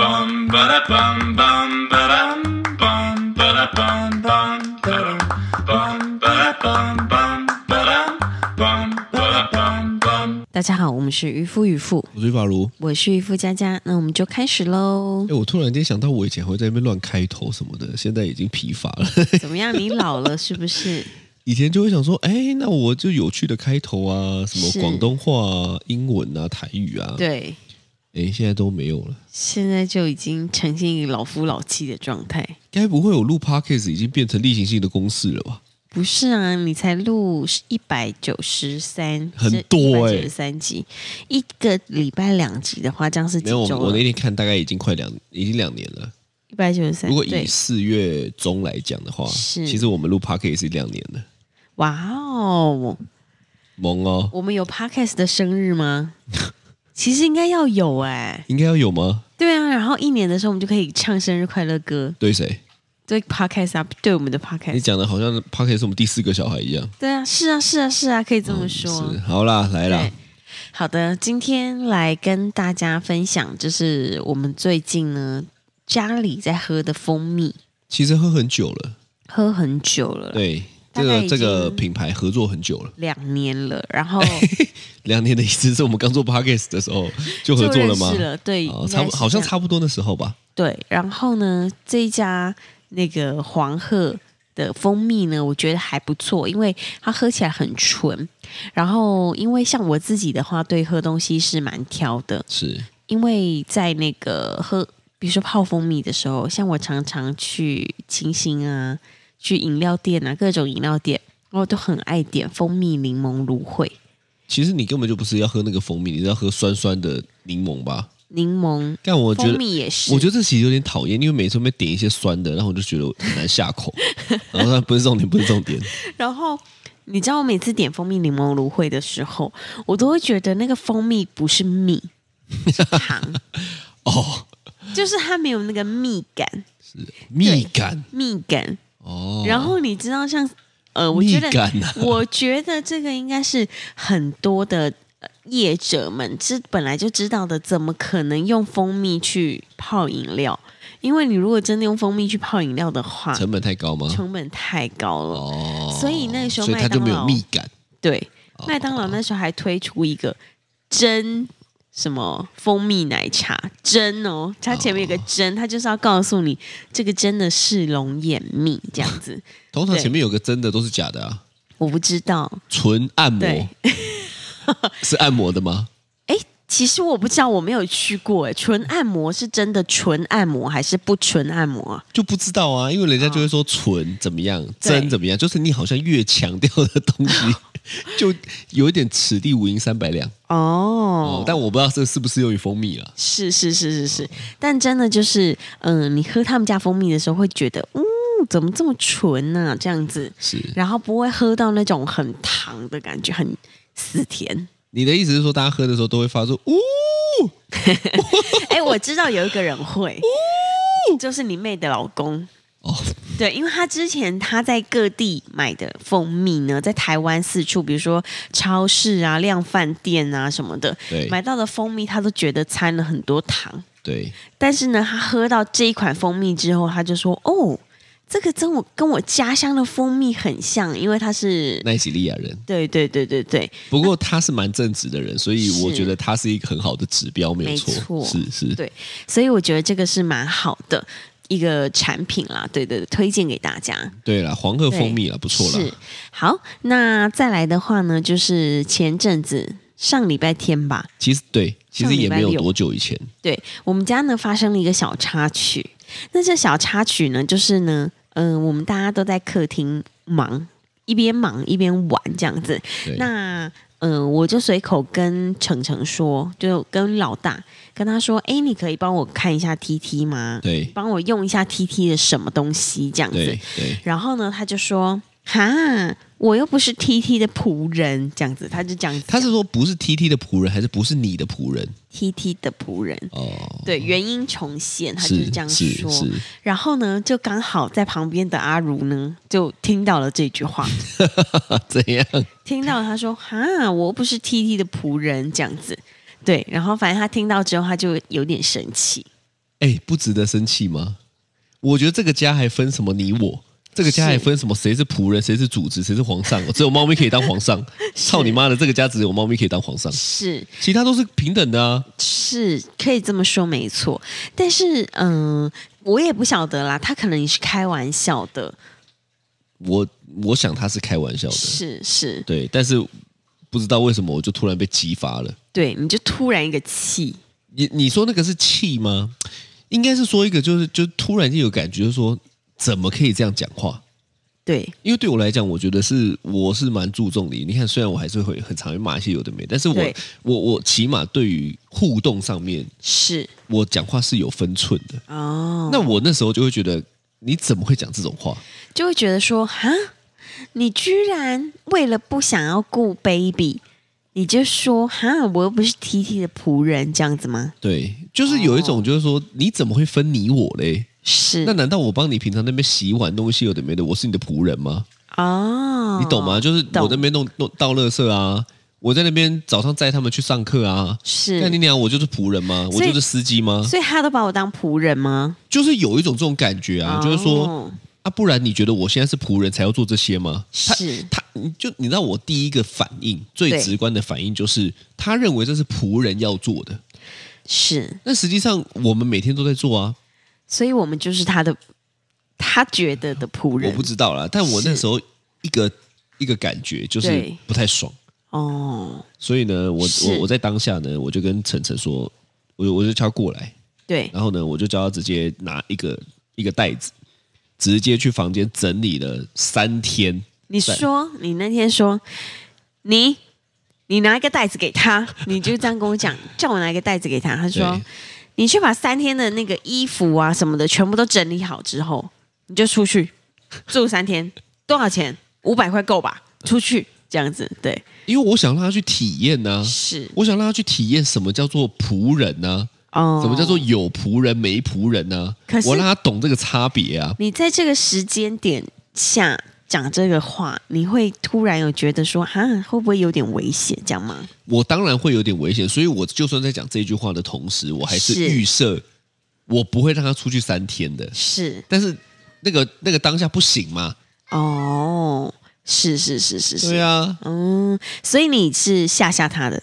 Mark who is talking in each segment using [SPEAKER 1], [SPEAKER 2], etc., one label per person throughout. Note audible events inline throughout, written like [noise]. [SPEAKER 1] bum ba da bum bum ba dum bum ba da bum bum ba dum bum ba da bum bum ba dum bum ba da bum bum.
[SPEAKER 2] 大家好，我们是渔夫渔妇，
[SPEAKER 3] 我是法如。
[SPEAKER 2] 我是渔夫佳佳，那我们就开始喽
[SPEAKER 3] 哎、。我突然间想到，我以前会在那边乱开头什么的，现在已经疲乏了。 [laughs]
[SPEAKER 2] 怎么样？你老了是不是？
[SPEAKER 3] 以前就会想说，哎、那我就有趣的开头啊，什
[SPEAKER 2] 是
[SPEAKER 3] 么广东话、啊、英文啊、台语啊，
[SPEAKER 2] 对，
[SPEAKER 3] 哎、现在都没有了。
[SPEAKER 2] 现在就已经呈现一个老夫老妻的状态。
[SPEAKER 3] 该不会我录 podcast 已经变成例行性的公式了吧？
[SPEAKER 2] 不是啊，你才录一百九十三，
[SPEAKER 3] 很多欸
[SPEAKER 2] 九十三集，一个礼拜两集的话，这样是几
[SPEAKER 3] 没有，我
[SPEAKER 2] 周
[SPEAKER 3] 我
[SPEAKER 2] 了
[SPEAKER 3] 那？天看大概已经快两，已经两年了。
[SPEAKER 2] 一百九十三，
[SPEAKER 3] 如果以
[SPEAKER 2] 对，
[SPEAKER 3] 四月中来讲的话，
[SPEAKER 2] 是
[SPEAKER 3] 其实我们录 podcast 是两年了，
[SPEAKER 2] 哇哦，
[SPEAKER 3] 萌哦，
[SPEAKER 2] 我们有 podcast 的生日
[SPEAKER 3] [laughs]
[SPEAKER 2] 吗？其实应该要有哎、
[SPEAKER 3] 应该要有吗？
[SPEAKER 2] 对啊，然后一年的时候我们就可以唱生日快乐歌，
[SPEAKER 3] 对谁？
[SPEAKER 2] 对 podcast 啊，对我们的
[SPEAKER 3] 你
[SPEAKER 2] podcast，
[SPEAKER 3] 讲的好像 podcast 是我们第四个小孩一样。
[SPEAKER 2] 对啊，是啊，是啊，是啊，可以这么说。
[SPEAKER 3] 嗯是，好啦，来啦
[SPEAKER 2] 对。，好的，今天来跟大家分享，就是我们最近呢家里在喝的蜂蜜，
[SPEAKER 3] 其实喝很久了，
[SPEAKER 2] 喝很久了，，
[SPEAKER 3] 对，
[SPEAKER 2] 大
[SPEAKER 3] 这
[SPEAKER 2] 概
[SPEAKER 3] 个
[SPEAKER 2] 已
[SPEAKER 3] 这个
[SPEAKER 2] 经
[SPEAKER 3] 品牌合作很久了，
[SPEAKER 2] 两年了，然后
[SPEAKER 3] 哎
[SPEAKER 2] [laughs]
[SPEAKER 3] 两年的意思是我们刚做 podcast 的时候就合
[SPEAKER 2] 就
[SPEAKER 3] 作
[SPEAKER 2] 认
[SPEAKER 3] 吗
[SPEAKER 2] 识？了，对，
[SPEAKER 3] 啊
[SPEAKER 2] 应，该
[SPEAKER 3] 差不
[SPEAKER 2] 是
[SPEAKER 3] 好像
[SPEAKER 2] 这样
[SPEAKER 3] 差不多那时候吧。
[SPEAKER 2] 对，然后呢，这一家那个黄鹤的蜂蜜呢，我觉得还不错，因为它喝起来很纯。然后，因为像我自己的话，对喝东西是蛮挑的，
[SPEAKER 3] 是，
[SPEAKER 2] 因为在那个喝，比如说泡蜂蜜的时候，像我常常去清新啊，去饮料店啊，各种饮料店，我都很爱点蜂蜜柠檬芦荟、
[SPEAKER 3] 其实你根本就不是要喝那个蜂蜜，你是要喝酸酸的柠檬吧？
[SPEAKER 2] 柠檬。
[SPEAKER 3] 但我觉
[SPEAKER 2] 蜂
[SPEAKER 3] 得，
[SPEAKER 2] 蜜也是，
[SPEAKER 3] 我觉得这其实有点讨厌，因为每次都被点一些酸的，然后我就觉得我很难
[SPEAKER 2] [laughs]
[SPEAKER 3] 下口。然后它不是重点，不是重点，
[SPEAKER 2] 然后你知道，我每次点蜂蜜柠檬芦荟的时候，我都会觉得那个蜂蜜不是蜜，是
[SPEAKER 3] [laughs]
[SPEAKER 2] 糖，
[SPEAKER 3] 哦，
[SPEAKER 2] 就是它没有那个蜜感，
[SPEAKER 3] 蜜感
[SPEAKER 2] 蜜感。
[SPEAKER 3] 哦，
[SPEAKER 2] 然后你知道像，呃，我
[SPEAKER 3] 蜜
[SPEAKER 2] 觉得，
[SPEAKER 3] 感啊，
[SPEAKER 2] [laughs] 我觉得这个应该是很多的。呃业者们这本来就知道的，怎么可能用蜂蜜去泡饮料？因为你如果真的用蜂蜜去泡饮料的话，
[SPEAKER 3] 成本太高吗？
[SPEAKER 2] 成本太高了。
[SPEAKER 3] 哦，
[SPEAKER 2] 所以那个时候
[SPEAKER 3] 所以它就没
[SPEAKER 2] 麦当劳
[SPEAKER 3] 有蜜感。
[SPEAKER 2] 对，
[SPEAKER 3] 哦
[SPEAKER 2] 麦当劳那时候还推出一个真什么蜂蜜奶茶，真哦，它前面有个真，它就是要告诉你这个真的是龙眼蜜这样子。
[SPEAKER 3] 通常
[SPEAKER 2] 对
[SPEAKER 3] 前面有个真的都是假的啊，
[SPEAKER 2] 我不知道，
[SPEAKER 3] 纯按摩
[SPEAKER 2] 对
[SPEAKER 3] [laughs]
[SPEAKER 2] [laughs]
[SPEAKER 3] 是按摩的吗？
[SPEAKER 2] 哎，其实我不知道，我没有去过。哎，纯按摩是真的纯按摩还是不纯按摩啊？
[SPEAKER 3] 就不知道啊，因为人家就会说纯怎么样，真怎么样，就是你好像越强调的
[SPEAKER 2] [laughs]
[SPEAKER 3] 东西，就有一点此地无银三百两哦
[SPEAKER 2] 哦。
[SPEAKER 3] 但我不知道这是不是用于蜂蜜了。
[SPEAKER 2] 是是是是是，但真的就是，嗯、你喝他们家蜂蜜的时候会觉得，嗯，怎么这么纯呢、这样子，
[SPEAKER 3] 是
[SPEAKER 2] 然后不会喝到那种很糖的感觉，很死甜。
[SPEAKER 3] 你的意思是说，大家喝的时候都会发出呜？
[SPEAKER 2] 哎，我知道有一个人会，就是你妹的老公。
[SPEAKER 3] 哦，
[SPEAKER 2] 对，因为他之前他在各地买的蜂蜜呢，在台湾四处，比如说超市啊、量贩店啊什么的，
[SPEAKER 3] 对
[SPEAKER 2] 买到的蜂蜜他都觉得掺了很多糖。
[SPEAKER 3] 对，
[SPEAKER 2] 但是呢，他喝到这一款蜂蜜之后，他就说：“哦，这个跟我跟我家乡的蜂蜜很像，因为它是……
[SPEAKER 3] 奈及利亚人。
[SPEAKER 2] 对对对对对，
[SPEAKER 3] 不过他是蛮正直
[SPEAKER 2] [laughs]
[SPEAKER 3] 的人，所以我
[SPEAKER 2] 是
[SPEAKER 3] 觉得他是一个很好的指标，没有错。
[SPEAKER 2] 没错
[SPEAKER 3] 是是，
[SPEAKER 2] 对所以我觉得这个是蛮好的一个产品啦，对对对，推荐给大家。
[SPEAKER 3] 对啦，黄鹤
[SPEAKER 2] 对
[SPEAKER 3] 蜂蜜啦，不错啦。
[SPEAKER 2] 是好，那再来的话呢，就是前阵子上礼拜天吧，
[SPEAKER 3] 其实对，其
[SPEAKER 2] 上
[SPEAKER 3] 实
[SPEAKER 2] 礼
[SPEAKER 3] 也
[SPEAKER 2] 拜
[SPEAKER 3] 没有
[SPEAKER 2] 六
[SPEAKER 3] 多久以前，
[SPEAKER 2] 对我们家呢发生了一个小插曲。那这小插曲呢，就是呢，嗯、我们大家都在客厅忙，一边忙一边玩这样子。
[SPEAKER 3] 对，
[SPEAKER 2] 那嗯、呃我就随口跟程程说，就跟老大跟他说，哎，你可以帮我看一下 T T 吗？
[SPEAKER 3] 对
[SPEAKER 2] 帮我用一下 T T 的什么东西这样子
[SPEAKER 3] 对。对，
[SPEAKER 2] 然后呢，他就说，哈，我又不是 T T 的仆人，这样子，他就讲
[SPEAKER 3] 他是说不是 T T 的仆人，还是不是你的仆人？
[SPEAKER 2] T T 的仆人。
[SPEAKER 3] 哦，
[SPEAKER 2] 对，原因重现，他就是是这样
[SPEAKER 3] 是
[SPEAKER 2] 说。
[SPEAKER 3] 是， [laughs]
[SPEAKER 2] 然后呢，就刚好在旁边的阿如呢，就听到了这句
[SPEAKER 3] [laughs]
[SPEAKER 2] 话，
[SPEAKER 3] 啊怎样？
[SPEAKER 2] 听到他说：“哈，我又不是 T T 的仆人，这样子。”对，然后反正他听到之后，他就有点生气，
[SPEAKER 3] 哎，不值得生气吗？我觉得这个家还分什么你我，这个家还分什么谁是仆人，谁是主子，谁是皇
[SPEAKER 2] [laughs]
[SPEAKER 3] 上？只有猫咪可以当皇上，操你妈的！这个家只有猫咪可以当皇上，
[SPEAKER 2] 是
[SPEAKER 3] 其他都是平等的啊。
[SPEAKER 2] 是可以这么说，没错。但是，嗯、我也不晓得啦，他可能也是开玩笑的，
[SPEAKER 3] 我我想他是开玩笑的，
[SPEAKER 2] 是是，
[SPEAKER 3] 对，但是不知道为什么我就突然被激发了。
[SPEAKER 2] 对，你就突然一个气，
[SPEAKER 3] 你你说那个是气吗？应该是说一个就是就突然间有感觉，就是说怎么可以这样讲话？
[SPEAKER 2] 对，
[SPEAKER 3] 因为对我来讲，我觉得是我是蛮注重你。你看，虽然我还是会很常会骂一些有的没，但是我
[SPEAKER 2] 对
[SPEAKER 3] 我我起码对于互动上面，
[SPEAKER 2] 是
[SPEAKER 3] 我讲话是有分寸的。
[SPEAKER 2] 哦，
[SPEAKER 3] 那我那时候就会觉得，你怎么会讲这种话？
[SPEAKER 2] 就会觉得说，哈，你居然为了不想要顾 baby，你就说，哈，我又不是 TT 的仆人，这样子吗？
[SPEAKER 3] 对，就是有一种就是说，你怎么会分你我嘞？
[SPEAKER 2] 是
[SPEAKER 3] 那难道我帮你平常那边洗碗东西有的没的，我是你的仆人吗？
[SPEAKER 2] 哦，
[SPEAKER 3] 你懂吗？就是我
[SPEAKER 2] 懂
[SPEAKER 3] 那边弄弄倒垃圾啊，我在那边早上载他们去上课啊。那你
[SPEAKER 2] 是，
[SPEAKER 3] 娘，我就是仆人吗？我
[SPEAKER 2] 所以
[SPEAKER 3] 就是司机吗？
[SPEAKER 2] 所以他都把我当仆人吗？
[SPEAKER 3] 就是有一种这种感觉啊，就是说
[SPEAKER 2] 哦，
[SPEAKER 3] 啊，不然你觉得我现在是仆人才要做这些吗？他
[SPEAKER 2] 是
[SPEAKER 3] 他，你就你知道我第一个反应最
[SPEAKER 2] 对
[SPEAKER 3] 直观的反应就是，他认为这是仆人要做的，
[SPEAKER 2] 是，
[SPEAKER 3] 但实际上我们每天都在做啊。
[SPEAKER 2] 所以我们就是他的，他觉得的仆
[SPEAKER 3] 我
[SPEAKER 2] 人
[SPEAKER 3] 不知道啦，但我那
[SPEAKER 2] 是
[SPEAKER 3] 时候一个一个感觉就是
[SPEAKER 2] 对
[SPEAKER 3] 不太爽。
[SPEAKER 2] 哦，
[SPEAKER 3] 所以呢，我
[SPEAKER 2] 是
[SPEAKER 3] 我我在当下呢，我就跟晨晨说，我我就叫他过来，
[SPEAKER 2] 对，
[SPEAKER 3] 然后呢，我就叫他直接拿一个一个袋子，直接去房间整理了三天。
[SPEAKER 2] 你说你那天说你。你拿一个袋子给他，你就这样跟我讲，叫我拿一个袋子给他。他说
[SPEAKER 3] 对：“
[SPEAKER 2] 你去把三天的那个衣服啊什么的全部都整理好之后，你就出去住三天，多少钱？五百块够吧？出去这样子，对，
[SPEAKER 3] 因为我想让他去体验呢、
[SPEAKER 2] 是
[SPEAKER 3] 我想让他去体验什么叫做仆人呢、
[SPEAKER 2] 哦。
[SPEAKER 3] 什么叫做有仆人没仆人呢、
[SPEAKER 2] 可是
[SPEAKER 3] 我让他懂这个差别啊。
[SPEAKER 2] 你在这个时间点下讲这个话，你会突然有觉得说，哈，会不会有点危险，这样吗？
[SPEAKER 3] 我当然会有点危险，所以我就算在讲这句话的同时，我还是
[SPEAKER 2] 是
[SPEAKER 3] 预设我不会让他出去三天的。
[SPEAKER 2] 是
[SPEAKER 3] 但是那个那个当下不行嘛？
[SPEAKER 2] 哦，是是是是是，
[SPEAKER 3] 对啊，
[SPEAKER 2] 嗯，所以你是吓吓他的，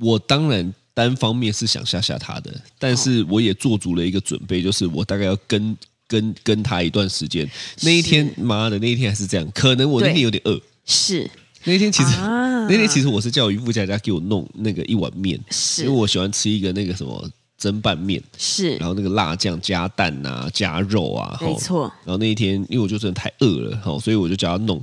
[SPEAKER 3] 我当然单方面是想吓吓他的，但是我也做足了一个准备，就是我大概要跟跟跟他一段时间。那一天，妈的，那一天还是这样，可能我那
[SPEAKER 2] 对
[SPEAKER 3] 天有点饿。
[SPEAKER 2] 是
[SPEAKER 3] 那一天其实，
[SPEAKER 2] 啊
[SPEAKER 3] 那天其实我是叫渔夫家家给我弄那个一碗面，因为
[SPEAKER 2] 是
[SPEAKER 3] 我喜欢吃一个那个什么蒸拌面，
[SPEAKER 2] 是
[SPEAKER 3] 然，后那个辣酱加蛋啊，加肉啊，吼
[SPEAKER 2] 没错，
[SPEAKER 3] 然后那一天，因为我就真的太饿了，好，所以我就叫他弄。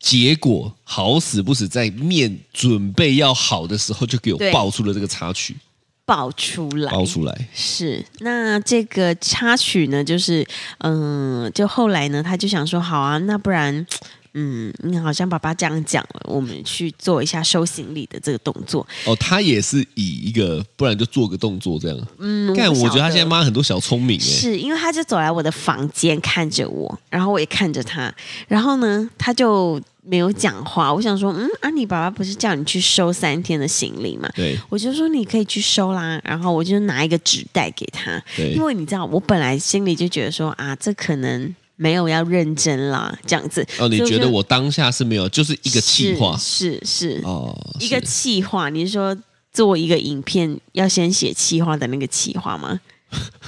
[SPEAKER 3] 结果好死不死，在面准备要好的时候，就给我
[SPEAKER 2] 对
[SPEAKER 3] 爆出了这个插曲，
[SPEAKER 2] 爆出来，
[SPEAKER 3] 爆出来。
[SPEAKER 2] 是，那这个插曲呢，就是，嗯，就后来呢，他就想说，好啊，那不然，嗯，你好像爸爸这样讲了，我们去做一下收行李的这个动作。
[SPEAKER 3] 哦，他也是以一个，不然就做个动作这样。
[SPEAKER 2] 嗯，
[SPEAKER 3] 但
[SPEAKER 2] 不
[SPEAKER 3] 我
[SPEAKER 2] 晓
[SPEAKER 3] 觉得他现在妈很多小聪明哎、
[SPEAKER 2] 是因为他就走来我的房间看着我，然后我也看着他，然后呢，他就没有讲话。我想说，嗯，啊，你爸爸不是叫你去收三天的行李吗？
[SPEAKER 3] 对
[SPEAKER 2] 我就说你可以去收啦，然后我就拿一个纸袋给他，
[SPEAKER 3] 对
[SPEAKER 2] 因为你知道，我本来心里就觉得说啊，这可能没有要认真啦，这样子。
[SPEAKER 3] 哦，你
[SPEAKER 2] 所以
[SPEAKER 3] 觉得
[SPEAKER 2] 就
[SPEAKER 3] 我当下是没有，就是一个气话
[SPEAKER 2] 是是是
[SPEAKER 3] 哦，
[SPEAKER 2] 一个
[SPEAKER 3] 是
[SPEAKER 2] 气话？你是说做一个影片要先写气话的那个气话
[SPEAKER 3] [laughs]
[SPEAKER 2] 吗？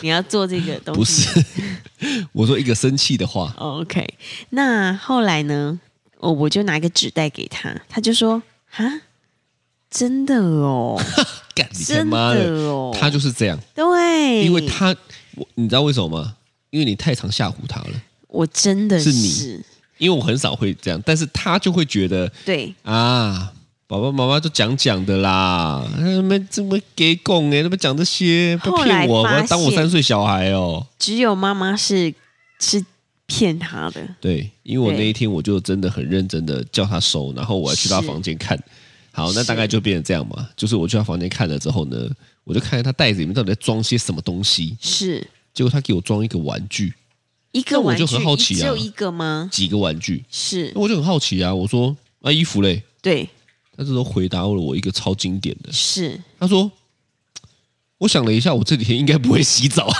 [SPEAKER 2] 你要做这个东西？哦
[SPEAKER 3] 不是？我说一个生气的话，
[SPEAKER 2] OK，那后来呢？我我就拿一个纸袋给他，他就说：“啊，真的哦，
[SPEAKER 3] 干 [laughs] 你他
[SPEAKER 2] 真
[SPEAKER 3] 妈
[SPEAKER 2] 的
[SPEAKER 3] 的，
[SPEAKER 2] 哦。”
[SPEAKER 3] 他就是这样，
[SPEAKER 2] 对，
[SPEAKER 3] 因为他，我你知道为什么吗？因为你太常吓唬他了。
[SPEAKER 2] 我真的
[SPEAKER 3] 是你
[SPEAKER 2] 是
[SPEAKER 3] 因为我很少会这样，但是他就会觉得
[SPEAKER 2] 对
[SPEAKER 3] 啊，爸爸妈妈都讲讲的啦，他们这么给拱哎，他们讲这些，不要骗我，
[SPEAKER 2] 后来发现
[SPEAKER 3] 我要当我三岁小孩哦。
[SPEAKER 2] 只有妈妈是是骗他的，
[SPEAKER 3] 对，因为我
[SPEAKER 2] 对
[SPEAKER 3] 那一天我就真的很认真的叫他收，然后我还去他
[SPEAKER 2] 是
[SPEAKER 3] 房间看。好，那
[SPEAKER 2] 是
[SPEAKER 3] 大概就变成这样嘛，就是我去他房间看了之后呢，我就看看他袋子里面到底在装些什么东西，
[SPEAKER 2] 是
[SPEAKER 3] 结果他给我装一个玩具，
[SPEAKER 2] 一
[SPEAKER 3] 那
[SPEAKER 2] 个
[SPEAKER 3] 我
[SPEAKER 2] 玩具，
[SPEAKER 3] 就很好奇啊
[SPEAKER 2] 只有一个吗？
[SPEAKER 3] 几个玩具，
[SPEAKER 2] 是
[SPEAKER 3] 那，我就很好奇啊，我说啊衣服嘞，
[SPEAKER 2] 对，
[SPEAKER 3] 他这时候回答了我一个超经典的，
[SPEAKER 2] 是
[SPEAKER 3] 他说：“我想了一下，我这几天应该不会洗澡。 [laughs]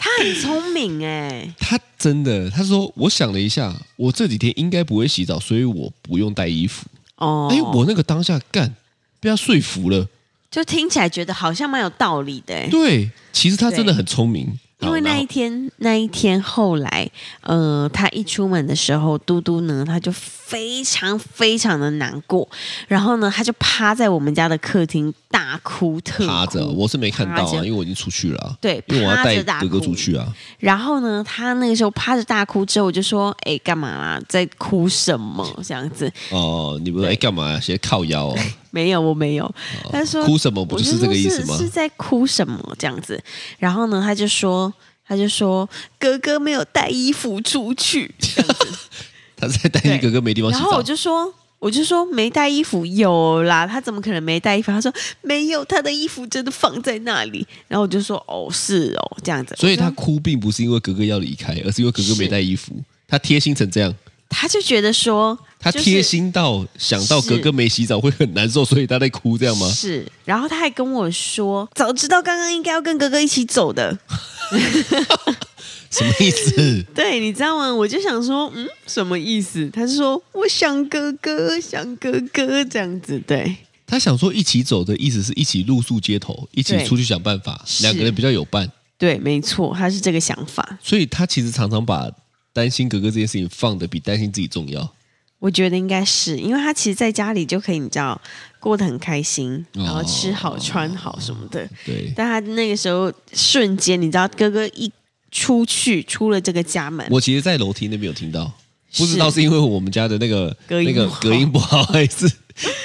[SPEAKER 2] 他很聪明哎、
[SPEAKER 3] [coughs] 他真的，他说我想了一下，我这几天应该不会洗澡，所以我不用带衣服。
[SPEAKER 2] 哦，
[SPEAKER 3] 哎、我那个当下干被他说服了。
[SPEAKER 2] 就听起来觉得好像蛮有道理的、欸。
[SPEAKER 3] 对，其实他真的很聪明。
[SPEAKER 2] 因为
[SPEAKER 3] 好
[SPEAKER 2] 那
[SPEAKER 3] 然
[SPEAKER 2] 一
[SPEAKER 3] 后
[SPEAKER 2] 天，那一天后来，呃，他一出门的时候，嘟嘟呢，他就非常非常的难过，然后呢，他就趴在我们家的客厅大哭特哭
[SPEAKER 3] 趴着，我是没看到
[SPEAKER 2] 嗯趴
[SPEAKER 3] 啊，
[SPEAKER 2] 着
[SPEAKER 3] 因为我已经出去了、啊。
[SPEAKER 2] 对
[SPEAKER 3] 因为我要
[SPEAKER 2] 趴
[SPEAKER 3] 带
[SPEAKER 2] 着大
[SPEAKER 3] 哥哥
[SPEAKER 2] 哭
[SPEAKER 3] 出去啊。
[SPEAKER 2] 然后呢，他那个时候趴着大哭之后，我就说：“哎，干嘛啦？在哭什么？”这样子
[SPEAKER 3] 哦，你们哎干嘛、啊？先靠腰哦。
[SPEAKER 2] 没有，我没有。他说：“
[SPEAKER 3] 哭什么不
[SPEAKER 2] 我
[SPEAKER 3] 就是
[SPEAKER 2] 说
[SPEAKER 3] 这个意思吗
[SPEAKER 2] 是是在哭什么这样子？然后呢，他就说，他就说哥哥没有带衣服出去，这
[SPEAKER 3] [laughs]
[SPEAKER 2] 样子
[SPEAKER 3] 他在担心
[SPEAKER 2] 对
[SPEAKER 3] 哥哥没地方洗
[SPEAKER 2] 然后
[SPEAKER 3] 澡
[SPEAKER 2] 我。就说。我就说没带衣服有啦，他怎么可能没带衣服？他说没有，他的衣服真的放在那里。然后我就说哦是哦这样子，
[SPEAKER 3] 所以他
[SPEAKER 2] 我就
[SPEAKER 3] 哭并不是因为哥哥要离开，而是因为哥哥没
[SPEAKER 2] 是
[SPEAKER 3] 带衣服。他贴心成这样，
[SPEAKER 2] 他就觉得说
[SPEAKER 3] 他
[SPEAKER 2] 就是
[SPEAKER 3] 贴心到想到哥哥没洗澡会很难受，所以他在哭这样吗？
[SPEAKER 2] 是，然后他还跟我说，早知道刚刚应该要跟哥哥一起走的。 [laughs]
[SPEAKER 3] 什么意思？
[SPEAKER 2] 对，你知道吗？我就想说，嗯，什么意思？他是说我想哥哥，想哥哥这样子。对，
[SPEAKER 3] 他想说一起走的意思是一起露宿街头，一起
[SPEAKER 2] 对
[SPEAKER 3] 出去想办法，
[SPEAKER 2] 是
[SPEAKER 3] 两个人比较有伴。
[SPEAKER 2] 对，没错，他是这个想法。
[SPEAKER 3] 所以他其实常常把担心哥哥这件事情放的比担心自己重要。
[SPEAKER 2] 我觉得应该是因为他其实在家里就可以，你知道，过得很开心，然后吃好、穿好什么的。
[SPEAKER 3] 对，
[SPEAKER 2] 但他那个时候瞬间，你知道，哥哥一出去，出了这个家门，
[SPEAKER 3] 我其实，在楼梯那边有听到，
[SPEAKER 2] 是
[SPEAKER 3] 不知道是因为我们家的那个
[SPEAKER 2] 隔音
[SPEAKER 3] 那
[SPEAKER 2] 不好
[SPEAKER 3] 个隔音不好，还
[SPEAKER 2] [laughs]
[SPEAKER 3] 是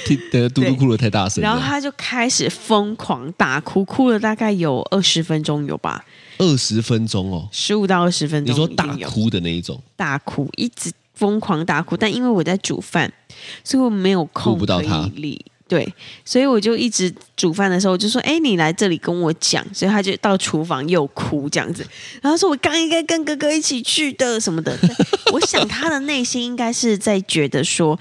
[SPEAKER 3] 听的嘟嘟
[SPEAKER 2] 对
[SPEAKER 3] 哭的太大声
[SPEAKER 2] 然后
[SPEAKER 3] 了。
[SPEAKER 2] 他就开始疯狂大哭，哭了大概有二十分钟有吧，
[SPEAKER 3] 二十分钟哦，
[SPEAKER 2] 十五到二十分
[SPEAKER 3] 你
[SPEAKER 2] 钟。
[SPEAKER 3] 说大哭的那一种，
[SPEAKER 2] 大哭，一直疯狂大哭。但因为我在煮饭，所以我没有空
[SPEAKER 3] 顾不到他
[SPEAKER 2] 可以理。对，所以我就一直煮饭的时候，我就说：“哎，你来这里跟我讲。”所以他就到厨房又哭这样子，然后说：“我刚应该跟哥哥一起去的什么的。对”
[SPEAKER 3] [laughs]
[SPEAKER 2] 我想他的内心应该是在觉得说，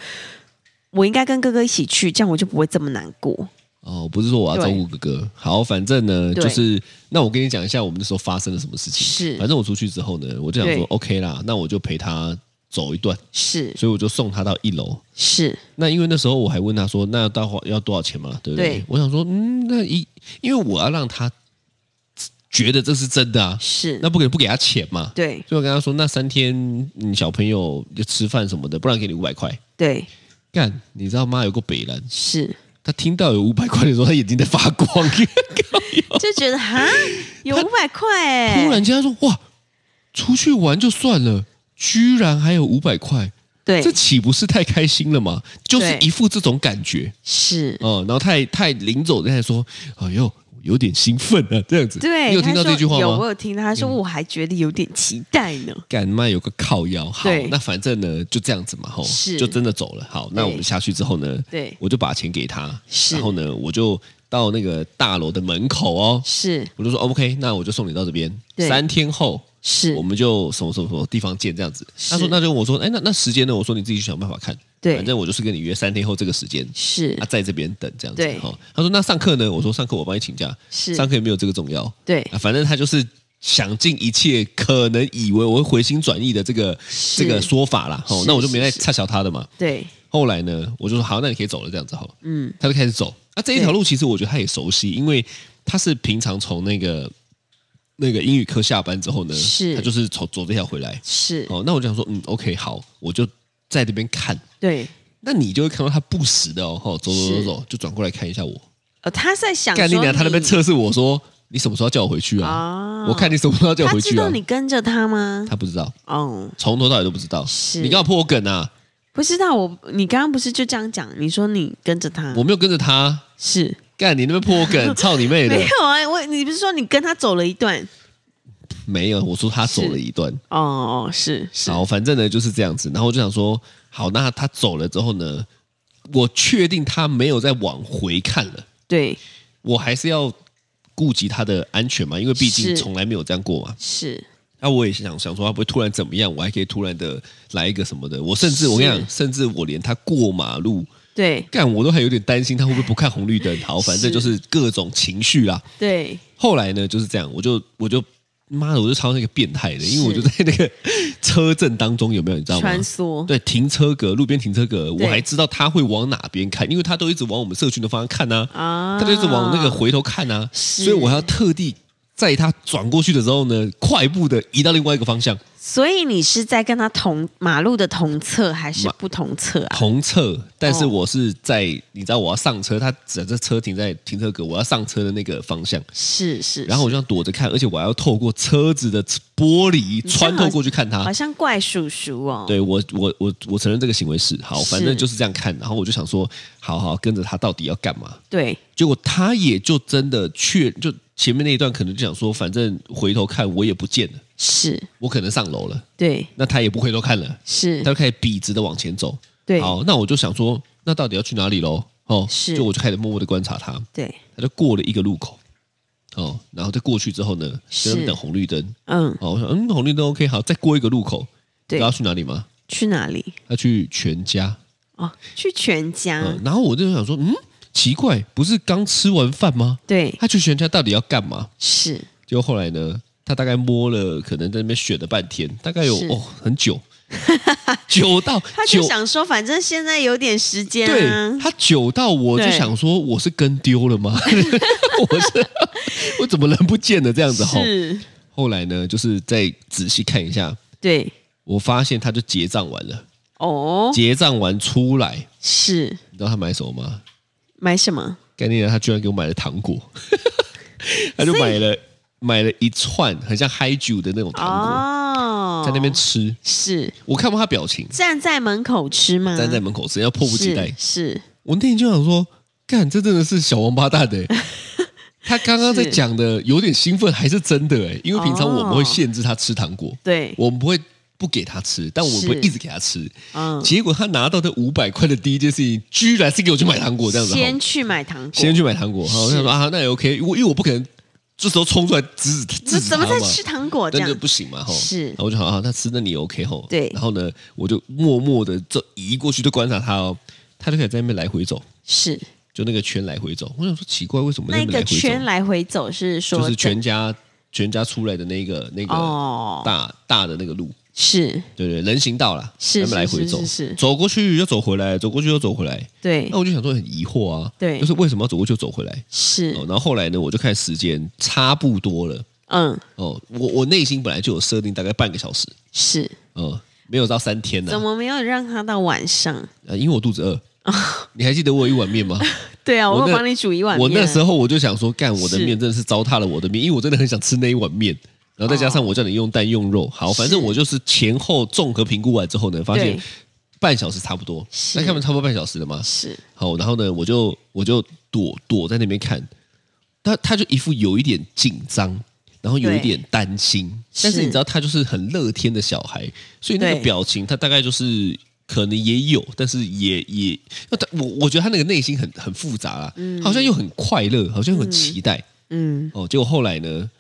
[SPEAKER 2] 我应该跟哥哥一起去，这样我就不会这么难过。
[SPEAKER 3] 哦，不是说我要照顾哥哥。好，反正呢，
[SPEAKER 2] 对
[SPEAKER 3] 就是那我跟你讲一下我们那时候发生了什么事情。
[SPEAKER 2] 是
[SPEAKER 3] 反正我出去之后呢，我就想
[SPEAKER 2] 对
[SPEAKER 3] 说 OK 啦，那我就陪他走一段，
[SPEAKER 2] 是
[SPEAKER 3] 所以我就送他到一楼。
[SPEAKER 2] 是，
[SPEAKER 3] 那因为那时候我还问他说，那到花要多少钱嘛？对不对？
[SPEAKER 2] 对
[SPEAKER 3] 我想说，嗯，那一因为我要让他觉得这是真的啊，
[SPEAKER 2] 是
[SPEAKER 3] 那不给不给他钱嘛？
[SPEAKER 2] 对
[SPEAKER 3] 所以我跟他说，那三天嗯小朋友就吃饭什么的，不然给你五百块。
[SPEAKER 2] 对
[SPEAKER 3] 干，你知道妈有个北兰，
[SPEAKER 2] 是，
[SPEAKER 3] 他听到有五百块的时候，他眼睛在发光。
[SPEAKER 2] 就觉得哈有五百块哎、
[SPEAKER 3] 哦突然间他说：“哇，出去玩就算了，居然还有五百块，
[SPEAKER 2] 对
[SPEAKER 3] 这岂不是太开心了吗？”就是
[SPEAKER 2] 对
[SPEAKER 3] 一副这种感觉
[SPEAKER 2] 是
[SPEAKER 3] 哦、然后他也他也临走之前还说：“哎呦，有点兴奋啊，这样子。”
[SPEAKER 2] 对，
[SPEAKER 3] 你有听到
[SPEAKER 2] 他说
[SPEAKER 3] 这句话
[SPEAKER 2] 有，我
[SPEAKER 3] 吗？嗯
[SPEAKER 2] 有听到。他说我还觉得有点期待呢。
[SPEAKER 3] 干妈有个靠腰，好
[SPEAKER 2] 对，
[SPEAKER 3] 那反正呢就这样子嘛，吼，
[SPEAKER 2] 是
[SPEAKER 3] 就真的走了。好，那
[SPEAKER 2] 对
[SPEAKER 3] 我们下去之后呢，
[SPEAKER 2] 对
[SPEAKER 3] 我就把钱给他，
[SPEAKER 2] 是
[SPEAKER 3] 然后呢我就到那个大楼的门口哦，
[SPEAKER 2] 是
[SPEAKER 3] 我就说 OK，那我就送你到这边，
[SPEAKER 2] 对
[SPEAKER 3] 三天后
[SPEAKER 2] 是
[SPEAKER 3] 我，们就什么什么什么地方见这样子。
[SPEAKER 2] 是
[SPEAKER 3] 他说，那就问我说，哎，那那时间呢？我说你自己去想办法看。
[SPEAKER 2] 对
[SPEAKER 3] 反正我就是跟你约三天后这个时间，
[SPEAKER 2] 是
[SPEAKER 3] 啊，在这边等这样子。
[SPEAKER 2] 对
[SPEAKER 3] 哈、他说那上课呢？我说上课我帮你请假，
[SPEAKER 2] 是
[SPEAKER 3] 上课也没有这个重要。
[SPEAKER 2] 对
[SPEAKER 3] 啊，反正他就是想尽一切可能以为我会回心转意的这个这个说法啦。哦，
[SPEAKER 2] 是
[SPEAKER 3] 那我就没再
[SPEAKER 2] 是是
[SPEAKER 3] 插小他的嘛。
[SPEAKER 2] 对
[SPEAKER 3] 后来呢，我就说好，那你可以走了，这样子好了。
[SPEAKER 2] 嗯，
[SPEAKER 3] 他就开始走。那、这一
[SPEAKER 2] 对
[SPEAKER 3] 条路其实我觉得他也熟悉，因为他是平常从那个那个英语课下班之后呢，
[SPEAKER 2] 是
[SPEAKER 3] 他就是走走这条回来。
[SPEAKER 2] 是
[SPEAKER 3] 哦，那我就想说，嗯，OK，好，我就在这边看。
[SPEAKER 2] 对。
[SPEAKER 3] 那你就会看到他不时的哦，吼走走走
[SPEAKER 2] 是
[SPEAKER 3] 走，就转过来看一下我。
[SPEAKER 2] 呃，他在想
[SPEAKER 3] 干你
[SPEAKER 2] 说
[SPEAKER 3] 娘！他那边
[SPEAKER 2] 你
[SPEAKER 3] 测试我说，你什么时候要叫我回去啊？
[SPEAKER 2] 啊
[SPEAKER 3] 我看你什么时候要叫我
[SPEAKER 2] 他
[SPEAKER 3] 回
[SPEAKER 2] 知
[SPEAKER 3] 去啊
[SPEAKER 2] 道？你跟着他吗？
[SPEAKER 3] 他不知道，
[SPEAKER 2] 哦，
[SPEAKER 3] 从头到尾都不知道。
[SPEAKER 2] 是
[SPEAKER 3] 你干嘛破我梗啊？
[SPEAKER 2] 不知道我，你刚刚不是就这样讲？你说你跟着他，
[SPEAKER 3] 我没有跟着他。
[SPEAKER 2] 是
[SPEAKER 3] 干你那边破我
[SPEAKER 2] [laughs]
[SPEAKER 3] 梗，操你妹的！
[SPEAKER 2] 没有啊？我你不是说你跟他走了一段？
[SPEAKER 3] 没有，我说他走了
[SPEAKER 2] 是
[SPEAKER 3] 一段。
[SPEAKER 2] 哦哦，是是
[SPEAKER 3] 好，反正呢就是这样子。然后我就想说，好，那他走了之后呢，我确定他没有再往回看了，
[SPEAKER 2] 对
[SPEAKER 3] 我还是要顾及他的安全嘛，因为毕竟
[SPEAKER 2] 是
[SPEAKER 3] 从来没有这样过嘛。
[SPEAKER 2] 是
[SPEAKER 3] 那我也想想说，他不会突然怎么样，我还可以突然的来一个什么的。我甚至我跟你
[SPEAKER 2] 是
[SPEAKER 3] 讲，甚至我连他过马路
[SPEAKER 2] 对
[SPEAKER 3] 干，我都还有点担心他会不会不看红绿灯。好，反
[SPEAKER 2] 是
[SPEAKER 3] 正就是各种情绪啦。
[SPEAKER 2] 对，
[SPEAKER 3] 后来呢，就是这样，我就我就妈的，我就超那个变态的，因为我
[SPEAKER 2] 是
[SPEAKER 3] 就在那个车阵当中，有没有你知道吗？
[SPEAKER 2] 穿梭，
[SPEAKER 3] 对，停车格，路边停车格，
[SPEAKER 2] 对
[SPEAKER 3] 我还知道他会往哪边看，因为他都一直往我们社区的方向看呐、啊，
[SPEAKER 2] 啊，
[SPEAKER 3] 他就是往那个回头看呐、啊，所以我还要特地在他转过去的时候呢，快步的移到另外一个方向，
[SPEAKER 2] 所以你是在跟他同马路的同侧还是不同侧啊？
[SPEAKER 3] 同侧，但是
[SPEAKER 2] 哦
[SPEAKER 3] 我是在、你知道我要上车，他只这车停在停车格，我要上车的那个方向，
[SPEAKER 2] 是是，
[SPEAKER 3] 然后我就这样躲着看，而且我还要透过车子的玻璃
[SPEAKER 2] 这样
[SPEAKER 3] 穿透过去看
[SPEAKER 2] 是
[SPEAKER 3] 他
[SPEAKER 2] 好。像怪叔叔哦，
[SPEAKER 3] 啊对我，我我我承认这个行为是好，
[SPEAKER 2] 是
[SPEAKER 3] 反正就是这样看。然后我就想说，好好跟着他到底要干嘛？
[SPEAKER 2] 对
[SPEAKER 3] 结果他也就真的确就前面那一段可能就想说，反正回头看我也不见了，
[SPEAKER 2] 是，
[SPEAKER 3] 我可能上楼了，
[SPEAKER 2] 对
[SPEAKER 3] 那他也不回头看了，
[SPEAKER 2] 是
[SPEAKER 3] 他，就开始笔直的往前走。
[SPEAKER 2] 对
[SPEAKER 3] 好，那我就想说，那到底要去哪里喽？哦，
[SPEAKER 2] 是
[SPEAKER 3] 就我就开始默默的观察他，
[SPEAKER 2] 对，
[SPEAKER 3] 他就过了一个路口，哦，然后再过去之后呢，
[SPEAKER 2] 是
[SPEAKER 3] 就在那边等红绿灯。
[SPEAKER 2] 嗯，
[SPEAKER 3] 哦，我想，嗯，红绿灯 OK，好，再过一个路口，你
[SPEAKER 2] 对
[SPEAKER 3] 知道他去哪里吗？
[SPEAKER 2] 去哪里？
[SPEAKER 3] 他去全家。
[SPEAKER 2] 哦，去全家，
[SPEAKER 3] 嗯，然后我就想说，嗯，奇怪，不是刚吃完饭吗？
[SPEAKER 2] 对，
[SPEAKER 3] 他去全家到底要干嘛？
[SPEAKER 2] 是
[SPEAKER 3] 结果后来呢，他大概摸了，可能在那边选了半天，大概有
[SPEAKER 2] 是
[SPEAKER 3] 哦很久，
[SPEAKER 2] [laughs]
[SPEAKER 3] 久到
[SPEAKER 2] 他就
[SPEAKER 3] 久，
[SPEAKER 2] 想说，反正现在有点时间
[SPEAKER 3] 对
[SPEAKER 2] 啊，
[SPEAKER 3] 他久到我就
[SPEAKER 2] 对
[SPEAKER 3] 想说，我是跟丢了
[SPEAKER 2] [laughs]
[SPEAKER 3] 吗？我是我怎么人不见了这样子吼？
[SPEAKER 2] 是，
[SPEAKER 3] 后来呢，就是再仔细看一下，
[SPEAKER 2] 对，
[SPEAKER 3] 我发现他就结账完了，
[SPEAKER 2] 哦，
[SPEAKER 3] 结账完出来，
[SPEAKER 2] 是
[SPEAKER 3] 你知道他买什么吗？
[SPEAKER 2] 买什么？
[SPEAKER 3] 概念他居然给我买了糖果， [laughs] 他就买了买了一串很像嗨酒的那种糖果，
[SPEAKER 2] 哦，
[SPEAKER 3] 在那边吃。
[SPEAKER 2] 是
[SPEAKER 3] 我看不到他表情，
[SPEAKER 2] 站在门口吃吗？
[SPEAKER 3] 站在门口吃，要迫不及待
[SPEAKER 2] 嗯是。是
[SPEAKER 3] 我那天就想说，干，这真的是小王八蛋
[SPEAKER 2] [laughs]
[SPEAKER 3] 的、欸。他刚刚在
[SPEAKER 2] 是
[SPEAKER 3] 讲的有点兴奋，还是真的哎、欸，因为平常我们会限制他吃糖果，
[SPEAKER 2] 对，
[SPEAKER 3] 我们不会不给他吃，但我们不会
[SPEAKER 2] 哦是
[SPEAKER 3] 一直给他吃。
[SPEAKER 2] 嗯，
[SPEAKER 3] 结果他拿到这五百块的第一件事情，居然是给我去买糖果，这样子好
[SPEAKER 2] 先去买糖果，
[SPEAKER 3] 先去买糖
[SPEAKER 2] 哦
[SPEAKER 3] 果。好，我想说啊，那也 OK，我因为我不可能这时候冲出来制止
[SPEAKER 2] 这
[SPEAKER 3] 制止
[SPEAKER 2] 怎
[SPEAKER 3] 他
[SPEAKER 2] 么
[SPEAKER 3] 嘛
[SPEAKER 2] 在，吃糖果这
[SPEAKER 3] 但
[SPEAKER 2] 样
[SPEAKER 3] 这？不行嘛，吼。
[SPEAKER 2] 是
[SPEAKER 3] 然后我就好好，那吃那你也 OK 吼。
[SPEAKER 2] 对
[SPEAKER 3] 然后呢，我就默默的这移过去，就观察他哦，他就开始在那边来回走，
[SPEAKER 2] 是
[SPEAKER 3] 就那个圈来回走。我想说奇怪，为什么
[SPEAKER 2] 那
[SPEAKER 3] 边来
[SPEAKER 2] 个
[SPEAKER 3] 回走？
[SPEAKER 2] 圈来回走是说
[SPEAKER 3] 就是全家全家出来的那个那个
[SPEAKER 2] 哦，
[SPEAKER 3] 大、大的那个路，
[SPEAKER 2] 是
[SPEAKER 3] 对对，人行道啦，
[SPEAKER 2] 是
[SPEAKER 3] 他们来
[SPEAKER 2] 是
[SPEAKER 3] 回
[SPEAKER 2] 是
[SPEAKER 3] 走，
[SPEAKER 2] 是是
[SPEAKER 3] 走过去又走回来，走过去又走回来。
[SPEAKER 2] 对
[SPEAKER 3] 那，我就想说很疑惑啊，
[SPEAKER 2] 对
[SPEAKER 3] 就是为什么要走过去又走回来？
[SPEAKER 2] 是
[SPEAKER 3] 哦，然后后来呢，我就看时间差不多了。
[SPEAKER 2] 嗯
[SPEAKER 3] 哦，我我内心本来就有设定大概半个小时，
[SPEAKER 2] 是，
[SPEAKER 3] 哦，没有到三天呢、
[SPEAKER 2] 怎么没有让他到晚上？
[SPEAKER 3] 呃因为我
[SPEAKER 2] [laughs]
[SPEAKER 3] 肚子饿。你还记得我有一碗面吗？
[SPEAKER 2] 对啊，
[SPEAKER 3] 我
[SPEAKER 2] 我
[SPEAKER 3] 那
[SPEAKER 2] 有帮你煮一碗
[SPEAKER 3] 我
[SPEAKER 2] 面啊。
[SPEAKER 3] 那时候我就想说，干我的
[SPEAKER 2] 是
[SPEAKER 3] 面真的是糟蹋了我的面，因为我真的很想吃那一碗面。然后再加上我叫你用蛋用肉，好，反正
[SPEAKER 2] 哦是
[SPEAKER 3] 我就是前后综合评估完之后呢，发现
[SPEAKER 2] 对
[SPEAKER 3] 半小时差不多，
[SPEAKER 2] 是
[SPEAKER 3] 那他们差不多半小时了嘛。
[SPEAKER 2] 是
[SPEAKER 3] 好，然后呢，我就我就躲躲在那边看，他他就一副有一点紧张，然后有一
[SPEAKER 2] 对
[SPEAKER 3] 点担心，但是
[SPEAKER 2] 是
[SPEAKER 3] 你知道他就是很乐天的小孩，所以那个
[SPEAKER 2] 对
[SPEAKER 3] 表情他大概就是可能也有，但是也也，那他我我觉得他那个内心很很复杂啦，好像又很快乐，好像又很期待、
[SPEAKER 2] 嗯
[SPEAKER 3] 哦。结果后来呢，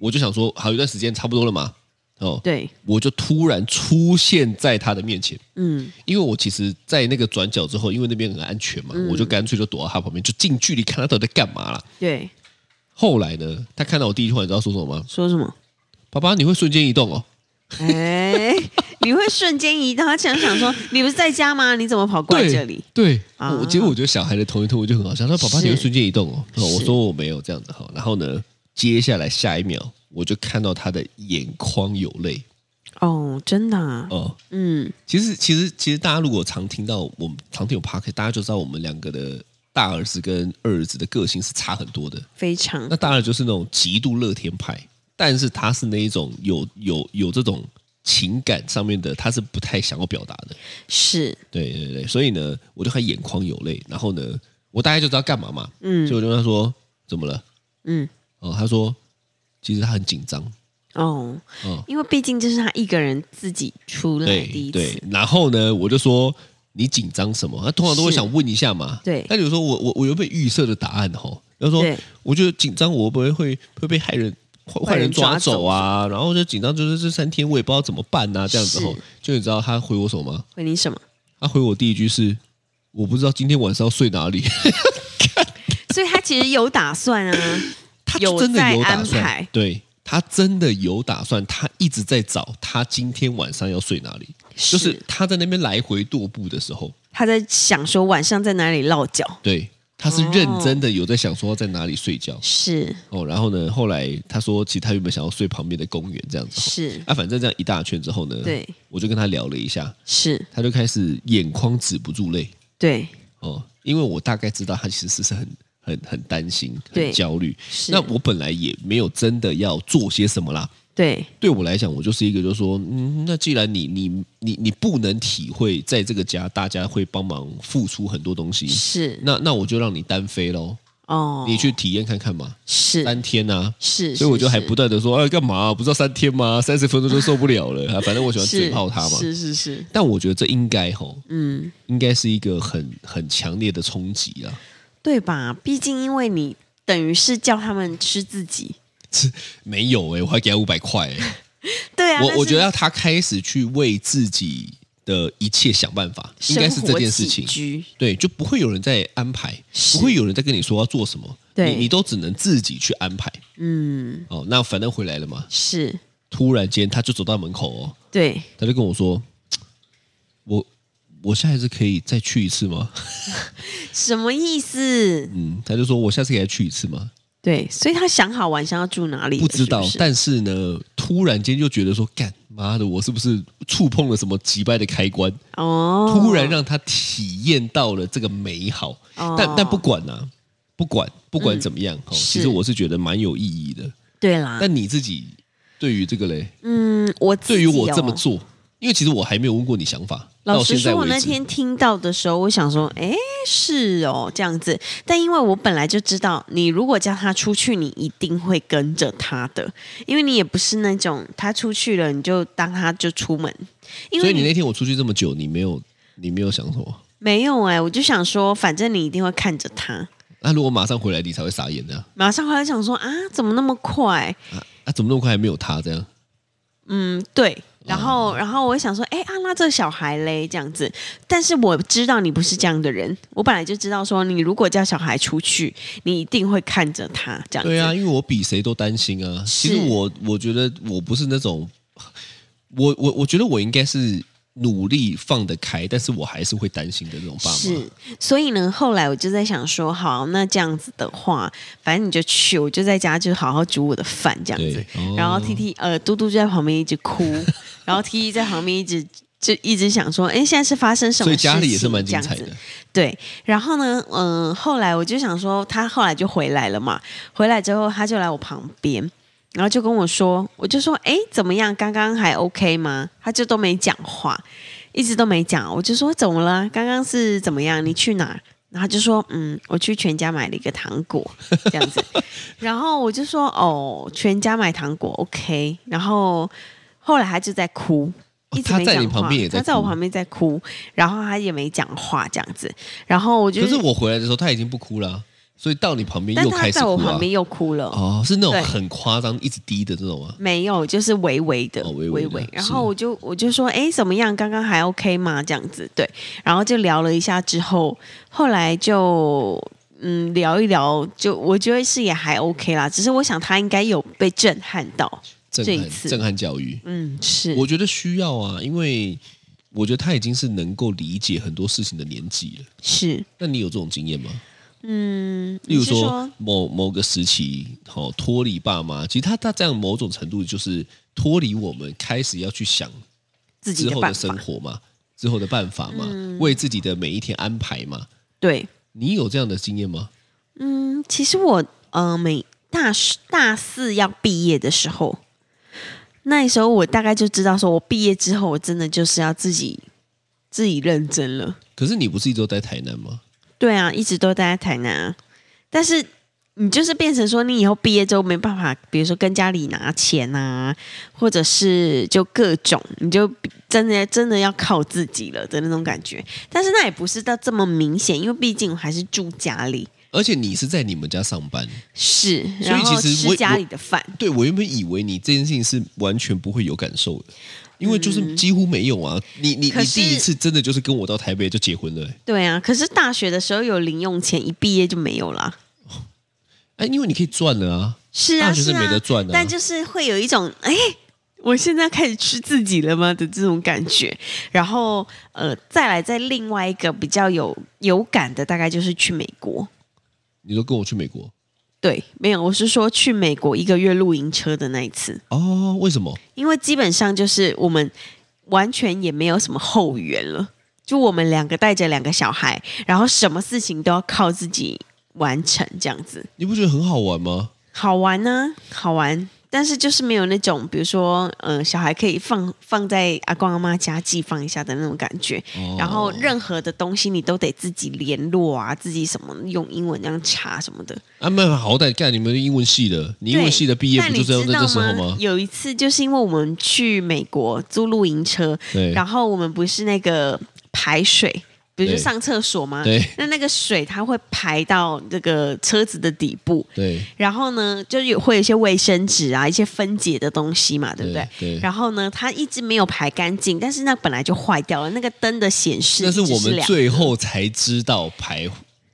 [SPEAKER 3] 我就想说，好一段时间差不多了嘛，哦，
[SPEAKER 2] 对
[SPEAKER 3] 我就突然出现在他的面前。
[SPEAKER 2] 嗯
[SPEAKER 3] 因为我其实，在那个转角之后，因为那边很安全嘛，
[SPEAKER 2] 嗯
[SPEAKER 3] 我就干脆就躲到他旁边，就近距离看他到底在干嘛啦。
[SPEAKER 2] 对，
[SPEAKER 3] 后来呢，他看到我第一句话，你知道说什么吗？
[SPEAKER 2] 说什么？
[SPEAKER 3] 爸爸，你会瞬间移动哦。
[SPEAKER 2] 哎，你会瞬间移动，他竟然想说你不是在家吗？你怎么跑过来这里？
[SPEAKER 3] 对，
[SPEAKER 2] 啊
[SPEAKER 3] 我结果我觉得小孩的同一通我就很好笑，他说：“爸爸，
[SPEAKER 2] 是
[SPEAKER 3] 你会瞬间移动哦。哦”我
[SPEAKER 2] 是
[SPEAKER 3] 说我没有这样子哈。然后呢，接下来下一秒，我就看到他的眼眶有泪
[SPEAKER 2] 哦，真的啊，
[SPEAKER 3] 哦。
[SPEAKER 2] 嗯，
[SPEAKER 3] 其实，其实，其实，大家如果常听到我们常听我 p a r k 大家就知道我们两个的大儿子跟二儿子的个性是差很多的。
[SPEAKER 2] 非常
[SPEAKER 3] 那当然就是那种极度乐天派，但是他是那一种有有有这种情感上面的，他是不太想要表达的。
[SPEAKER 2] 是
[SPEAKER 3] 对对对，所以呢，我就看眼眶有泪，然后呢，我大概就知道干嘛嘛，
[SPEAKER 2] 嗯
[SPEAKER 3] 所以我就跟他说怎么了？
[SPEAKER 2] 嗯
[SPEAKER 3] 哦，他说其实他很紧张，
[SPEAKER 2] 哦，
[SPEAKER 3] 哦，
[SPEAKER 2] 因为毕竟这是他一个人自己出来第
[SPEAKER 3] 对
[SPEAKER 2] 一
[SPEAKER 3] 对
[SPEAKER 2] 次，，
[SPEAKER 3] 然后呢，我就说。你紧张什么？他通常都会
[SPEAKER 2] 是
[SPEAKER 3] 想问一下嘛。
[SPEAKER 2] 对
[SPEAKER 3] 那比如说我我我有被预设的答案吼，他说
[SPEAKER 2] 对
[SPEAKER 3] 我觉得紧张，我会不会会会被害人坏
[SPEAKER 2] 坏
[SPEAKER 3] 坏人
[SPEAKER 2] 人抓
[SPEAKER 3] 抓走啊？然后就紧张，就是这三天我也不知道怎么办呐、这样子吼
[SPEAKER 2] 是，
[SPEAKER 3] 就你知道他回我什么吗？
[SPEAKER 2] 回你什么？
[SPEAKER 3] 他回我第一句是：我不知道今天晚上要睡哪里。 [laughs]
[SPEAKER 2] 所以他其实有打算啊，
[SPEAKER 3] 他
[SPEAKER 2] 有
[SPEAKER 3] 真的
[SPEAKER 2] 在
[SPEAKER 3] 有打
[SPEAKER 2] 安
[SPEAKER 3] 算
[SPEAKER 2] 排，
[SPEAKER 3] 对他真的有打算，他一直在找他今天晚上要睡哪里，
[SPEAKER 2] 是
[SPEAKER 3] [laughs] 就是他在那边来回踱步的时候，
[SPEAKER 2] 他在想说晚上在哪里落脚。
[SPEAKER 3] 对，他是认真
[SPEAKER 2] 哦
[SPEAKER 3] 的有在想说要在哪里睡觉
[SPEAKER 2] 是
[SPEAKER 3] 哦然后呢，后来他说，其实他原本想要睡旁边的公园这样子，
[SPEAKER 2] 是
[SPEAKER 3] 啊，反正这样一大圈之后呢，
[SPEAKER 2] 对，
[SPEAKER 3] 我就跟他聊了一下，
[SPEAKER 2] 是，
[SPEAKER 3] 他就开始眼眶止不住泪
[SPEAKER 2] 对
[SPEAKER 3] 哦，因为我大概知道他其实是很很很担心、
[SPEAKER 2] 对
[SPEAKER 3] 很焦虑。
[SPEAKER 2] 是
[SPEAKER 3] 那我本来也没有真的要做些什么啦，
[SPEAKER 2] 对
[SPEAKER 3] 对我来讲，我就是一个，就是说，嗯，那既然你你你你不能体会，在这个家大家会帮忙付出很多东西，
[SPEAKER 2] 是
[SPEAKER 3] 那那我就让你单飞喽，
[SPEAKER 2] 哦，
[SPEAKER 3] 嗯你去体验看看嘛，
[SPEAKER 2] 是
[SPEAKER 3] 三天啊。
[SPEAKER 2] 是，
[SPEAKER 3] 所以我
[SPEAKER 2] 是
[SPEAKER 3] 就还
[SPEAKER 2] 是
[SPEAKER 3] 不断的说，哎，干嘛、不知道三天吗？三十分钟就受不
[SPEAKER 2] [laughs]
[SPEAKER 3] 了了。啊反正我喜欢嘴
[SPEAKER 2] 是
[SPEAKER 3] 炮他嘛。
[SPEAKER 2] 是是是，
[SPEAKER 3] 但我觉得这应该吼，
[SPEAKER 2] 嗯，
[SPEAKER 3] 应该是一个很很强烈的冲击啊。
[SPEAKER 2] 对吧？毕竟因为你等于是叫他们吃自己，
[SPEAKER 3] 没有哎、我还给他五百
[SPEAKER 2] [laughs]
[SPEAKER 3] 块、欸。
[SPEAKER 2] 对啊，
[SPEAKER 3] 我
[SPEAKER 2] 但
[SPEAKER 3] 我觉
[SPEAKER 2] 是
[SPEAKER 3] 得要他开始去为自己的一切想办法，应该是
[SPEAKER 2] 生
[SPEAKER 3] 这
[SPEAKER 2] 活
[SPEAKER 3] 件事
[SPEAKER 2] 起
[SPEAKER 3] 情。
[SPEAKER 2] 居
[SPEAKER 3] 对，就不会有人在安排，
[SPEAKER 2] 是
[SPEAKER 3] 不会有人在跟你说要做什么，
[SPEAKER 2] 对
[SPEAKER 3] 你你都只能自己去安排。
[SPEAKER 2] 嗯，
[SPEAKER 3] 哦，那反正回来了嘛，
[SPEAKER 2] 是
[SPEAKER 3] 突然间他就走到门口哦，
[SPEAKER 2] 对，
[SPEAKER 3] 他就跟我说：“我我下一次可以再去一次吗
[SPEAKER 2] 什么意思？”？
[SPEAKER 3] 嗯，他就说：“我下次可以再去一次吗
[SPEAKER 2] 对，所以他想好晚上要住哪？”里了，
[SPEAKER 3] 不知道，
[SPEAKER 2] 是是
[SPEAKER 3] 但是呢，突然间就觉得说，干妈的，我是不是触碰了什么击败的开关？
[SPEAKER 2] 哦，
[SPEAKER 3] 突然让他体验到了这个美好，
[SPEAKER 2] 哦嗯
[SPEAKER 3] 但但不管啊，不管不管怎么样，哦，
[SPEAKER 2] 是嗯
[SPEAKER 3] 其实我是觉得蛮有意义的。
[SPEAKER 2] 对啦，
[SPEAKER 3] 但你自己对于这个嘞，
[SPEAKER 2] 嗯，我自
[SPEAKER 3] 对于
[SPEAKER 2] 己
[SPEAKER 3] 我这
[SPEAKER 2] 哦
[SPEAKER 3] 么做，因为其实我还没有问过你想法，
[SPEAKER 2] 老
[SPEAKER 3] 到
[SPEAKER 2] 实
[SPEAKER 3] 现在
[SPEAKER 2] 说，我
[SPEAKER 3] 为
[SPEAKER 2] 那
[SPEAKER 3] 止
[SPEAKER 2] 天，听到的时候，我想说，诶，是哦，这样子。但因为我本来就知道，你如果叫他出去，你一定会跟着他的，因为你也不是那种他出去了你就当他就出门，因
[SPEAKER 3] 所
[SPEAKER 2] 为
[SPEAKER 3] 以你那天我出去这么久，你没有你没有想什么？
[SPEAKER 2] 没有诶，我就想说，反正你一定会看着他。
[SPEAKER 3] 那如果马上回来，你才会傻眼的啊
[SPEAKER 2] 马上回来想说啊，怎么那么快？
[SPEAKER 3] 啊啊！怎么那么快还没有他这样？
[SPEAKER 2] 嗯，对。然后，
[SPEAKER 3] 哦
[SPEAKER 2] 然后我也想说，哎，啊，那这小孩嘞，这样子。但是我知道你不是这样的人，我本来就知道说，你如果叫小孩出去，你一定会看着他这样子。
[SPEAKER 3] 对啊，因为我比谁都担心啊。其实
[SPEAKER 2] 是
[SPEAKER 3] 我我觉得我不是那种，我我我觉得我应该是努力放得开，但是我还是会担心的那种爸妈。
[SPEAKER 2] 是，所以呢，后来我就在想说，好，那这样子的话，反正你就去，我就在家就好好煮我的饭这样子
[SPEAKER 3] 对。哦
[SPEAKER 2] 然后 T T 呃，嘟嘟就在旁边一直
[SPEAKER 3] [laughs]
[SPEAKER 2] 哭，然后 T T 在旁边一直就一直想说，哎，现在是发生什么
[SPEAKER 3] 所以
[SPEAKER 2] 事情？
[SPEAKER 3] 家里也是蛮精彩
[SPEAKER 2] 这样
[SPEAKER 3] 的
[SPEAKER 2] 子。对，然后呢，嗯、后来我就想说，他后来就回来了嘛，回来之后他就来我旁边，然后就跟我说，我就说，哎，怎么样？刚刚还 OK 吗？他就都没讲话，一直都没讲。我就说怎么了？刚刚是怎么样？你去哪？然后他就说，嗯，我去全家买了一个糖果，这样子。然后我就说，哦，全家买糖果 OK。然后后来他就在哭，
[SPEAKER 3] 哦
[SPEAKER 2] 一直没
[SPEAKER 3] 他
[SPEAKER 2] 讲
[SPEAKER 3] 在
[SPEAKER 2] 话。
[SPEAKER 3] 你旁边也在
[SPEAKER 2] 他在我
[SPEAKER 3] 哭
[SPEAKER 2] 旁边在哭，然后他也没讲话这样子。然后我就
[SPEAKER 3] 可是我回来的时候，他已经不哭了啊、所以到你旁边
[SPEAKER 2] 但
[SPEAKER 3] 又
[SPEAKER 2] 他
[SPEAKER 3] 开始
[SPEAKER 2] 在我
[SPEAKER 3] 哭
[SPEAKER 2] 旁
[SPEAKER 3] 啊。
[SPEAKER 2] 边又哭了。
[SPEAKER 3] 哦，是那
[SPEAKER 2] 对
[SPEAKER 3] 种很夸张、一直滴的那种啊吗？
[SPEAKER 2] 没有，就是微微的，
[SPEAKER 3] 哦微
[SPEAKER 2] 微
[SPEAKER 3] 微的
[SPEAKER 2] 然
[SPEAKER 3] 是
[SPEAKER 2] 后我就我就说，哎，怎么样？刚刚还 OK 吗？这样子，对。然后就聊了一下之后，后来就嗯聊一聊，就我觉得是也还 OK 啦。只是我想他应该有被震撼到，
[SPEAKER 3] 震
[SPEAKER 2] 这一
[SPEAKER 3] 撼、
[SPEAKER 2] 次
[SPEAKER 3] 震撼教育，
[SPEAKER 2] 嗯，是，
[SPEAKER 3] 我觉得需要啊，因为我觉得他已经是能够理解很多事情的年纪了。
[SPEAKER 2] 是，
[SPEAKER 3] 那你有这种经验吗？
[SPEAKER 2] 嗯，
[SPEAKER 3] 例如
[SPEAKER 2] 你是
[SPEAKER 3] 说
[SPEAKER 2] 说
[SPEAKER 3] 某某个时期，好、脱离爸妈，其实他他这样某种程度就是脱离我们，开始要去想
[SPEAKER 2] 自己
[SPEAKER 3] 之后
[SPEAKER 2] 办法
[SPEAKER 3] 的生，活嘛，之后的办法嘛，
[SPEAKER 2] 嗯
[SPEAKER 3] 为自己的每一天安排嘛。
[SPEAKER 2] 对，
[SPEAKER 3] 你有这样的经验吗？
[SPEAKER 2] 嗯，其实我呃，每大四大四要毕业的时候，那时候我大概就知道，说我毕业之后，我真的就是要自己自己认真了。
[SPEAKER 3] 可是你不是一直都在台南吗？
[SPEAKER 2] 对啊，一直都待在台南啊，但是你就是变成说，你以后毕业之后没办法，比如说跟家里拿钱啊，或者是就各种，你就真的真的要靠自己了的那种感觉。但是那也不是到这么明显，因为毕竟我还是住家里。
[SPEAKER 3] 而且你是在你们家上班，
[SPEAKER 2] 是，
[SPEAKER 3] 所以
[SPEAKER 2] 然后
[SPEAKER 3] 其实
[SPEAKER 2] 吃
[SPEAKER 3] 我
[SPEAKER 2] 家
[SPEAKER 3] 我
[SPEAKER 2] 里的饭，
[SPEAKER 3] 对我原本以为你这件事情是完全不会有感受的，因为就是几乎没有啊。你你
[SPEAKER 2] 嗯可
[SPEAKER 3] 你
[SPEAKER 2] 是
[SPEAKER 3] 第一次真的就是跟我到台北就结婚了、欸，
[SPEAKER 2] 对啊，可是大学的时候有零用钱，一毕业就没有啦。
[SPEAKER 3] 哎，因为你可以赚了啊。
[SPEAKER 2] 是啊，
[SPEAKER 3] 大学是
[SPEAKER 2] 啊
[SPEAKER 3] 没得赚啊
[SPEAKER 2] 但就是会有一种哎。我现在开始吃自己了吗的这种感觉，然后呃，再来再另外一个比较有有感的，大概就是去美国。
[SPEAKER 3] 你说跟我去美国
[SPEAKER 2] 对，没有，我是说去美国一个月露营车的那一次，
[SPEAKER 3] 哦？为什么？
[SPEAKER 2] 因为基本上就是我们完全也没有什么后援了，就我们两个带着两个小孩，然后什么事情都要靠自己完成，这样子
[SPEAKER 3] 你不觉得很好玩吗？
[SPEAKER 2] 好玩呢、好玩。但是就是没有那种，比如说，呃，小孩可以放放在阿公阿妈家寄放一下的那种感觉，
[SPEAKER 3] 哦
[SPEAKER 2] 然后任何的东西你都得自己联络啊，自己什么用英文这样查什么的。
[SPEAKER 3] 啊，没有好歹干你们英文系的，你英文系的毕业
[SPEAKER 2] 对
[SPEAKER 3] 不就是要在
[SPEAKER 2] 但
[SPEAKER 3] 这
[SPEAKER 2] 你
[SPEAKER 3] 时
[SPEAKER 2] 知道
[SPEAKER 3] 候
[SPEAKER 2] 吗
[SPEAKER 3] 吗？？
[SPEAKER 2] 有一次就是因为我们去美国租露营车，
[SPEAKER 3] 对
[SPEAKER 2] 然后我们不是那个排水。比如就
[SPEAKER 3] 对
[SPEAKER 2] 上厕所嘛
[SPEAKER 3] 对，
[SPEAKER 2] 那那个水它会排到这个车子的底部，
[SPEAKER 3] 对，
[SPEAKER 2] 然后呢，就有会有一些卫生纸啊，一些分解的东西嘛，对不对？
[SPEAKER 3] 对对
[SPEAKER 2] 然后呢，它一直没有排干净，但是那本来就坏掉了，那个灯的显示
[SPEAKER 3] 但是
[SPEAKER 2] 一直
[SPEAKER 3] 我们
[SPEAKER 2] 亮
[SPEAKER 3] 最后才知道排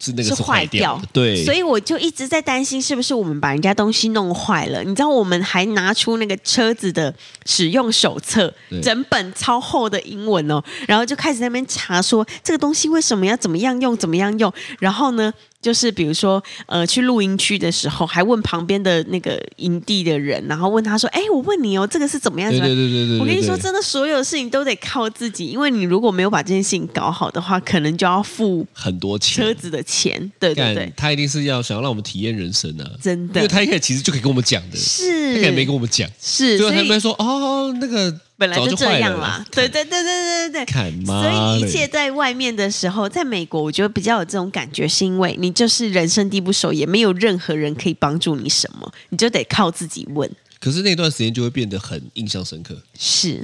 [SPEAKER 3] 是那个
[SPEAKER 2] 是
[SPEAKER 3] 坏
[SPEAKER 2] 掉
[SPEAKER 3] 的，对，
[SPEAKER 2] 所以我就一直在担心是不是我们把人家东西弄坏了。你知道，我们还拿出那个车子的使用手册
[SPEAKER 3] 对，
[SPEAKER 2] 整本超厚的英文哦，然后就开始在那边查说这个东西为什么要怎么样用，怎么样用。然后呢，就是比如说呃，去露营区的时候，还问旁边的那个营地的人，然后问他说：“哎，我问你哦，这个是怎么样？”
[SPEAKER 3] 对
[SPEAKER 2] 怎么
[SPEAKER 3] 对
[SPEAKER 2] 样？
[SPEAKER 3] 对对对，
[SPEAKER 2] 我跟你
[SPEAKER 3] 对
[SPEAKER 2] 说，
[SPEAKER 3] 对
[SPEAKER 2] 真的，所有事情都得靠自己，因为你如果没有把这件事情搞好的话，可能就要付
[SPEAKER 3] 很多钱
[SPEAKER 2] 车子的钱。对对
[SPEAKER 3] 干
[SPEAKER 2] 对，
[SPEAKER 3] 他一定是要想要让我们体验人生啊，
[SPEAKER 2] 真的
[SPEAKER 3] 因为他一开始其实就可以跟我们讲的，他
[SPEAKER 2] 是，
[SPEAKER 3] 根本没跟我们讲，
[SPEAKER 2] 是，所
[SPEAKER 3] 最后啊他
[SPEAKER 2] 以
[SPEAKER 3] 们说哦，那个
[SPEAKER 2] 本来
[SPEAKER 3] 早就
[SPEAKER 2] 这
[SPEAKER 3] 坏
[SPEAKER 2] 样
[SPEAKER 3] 了
[SPEAKER 2] 啦。对对对对对对对。
[SPEAKER 3] 看
[SPEAKER 2] 所
[SPEAKER 3] 妈
[SPEAKER 2] 以
[SPEAKER 3] 嘞
[SPEAKER 2] 一切在外面的时候，在美国，我觉得比较有这种感觉，是因为你就是人生地不熟，也没有任何人可以帮助你什么，你就得靠自己问。
[SPEAKER 3] 可是那段时间就会变得很印象深刻，
[SPEAKER 2] 是，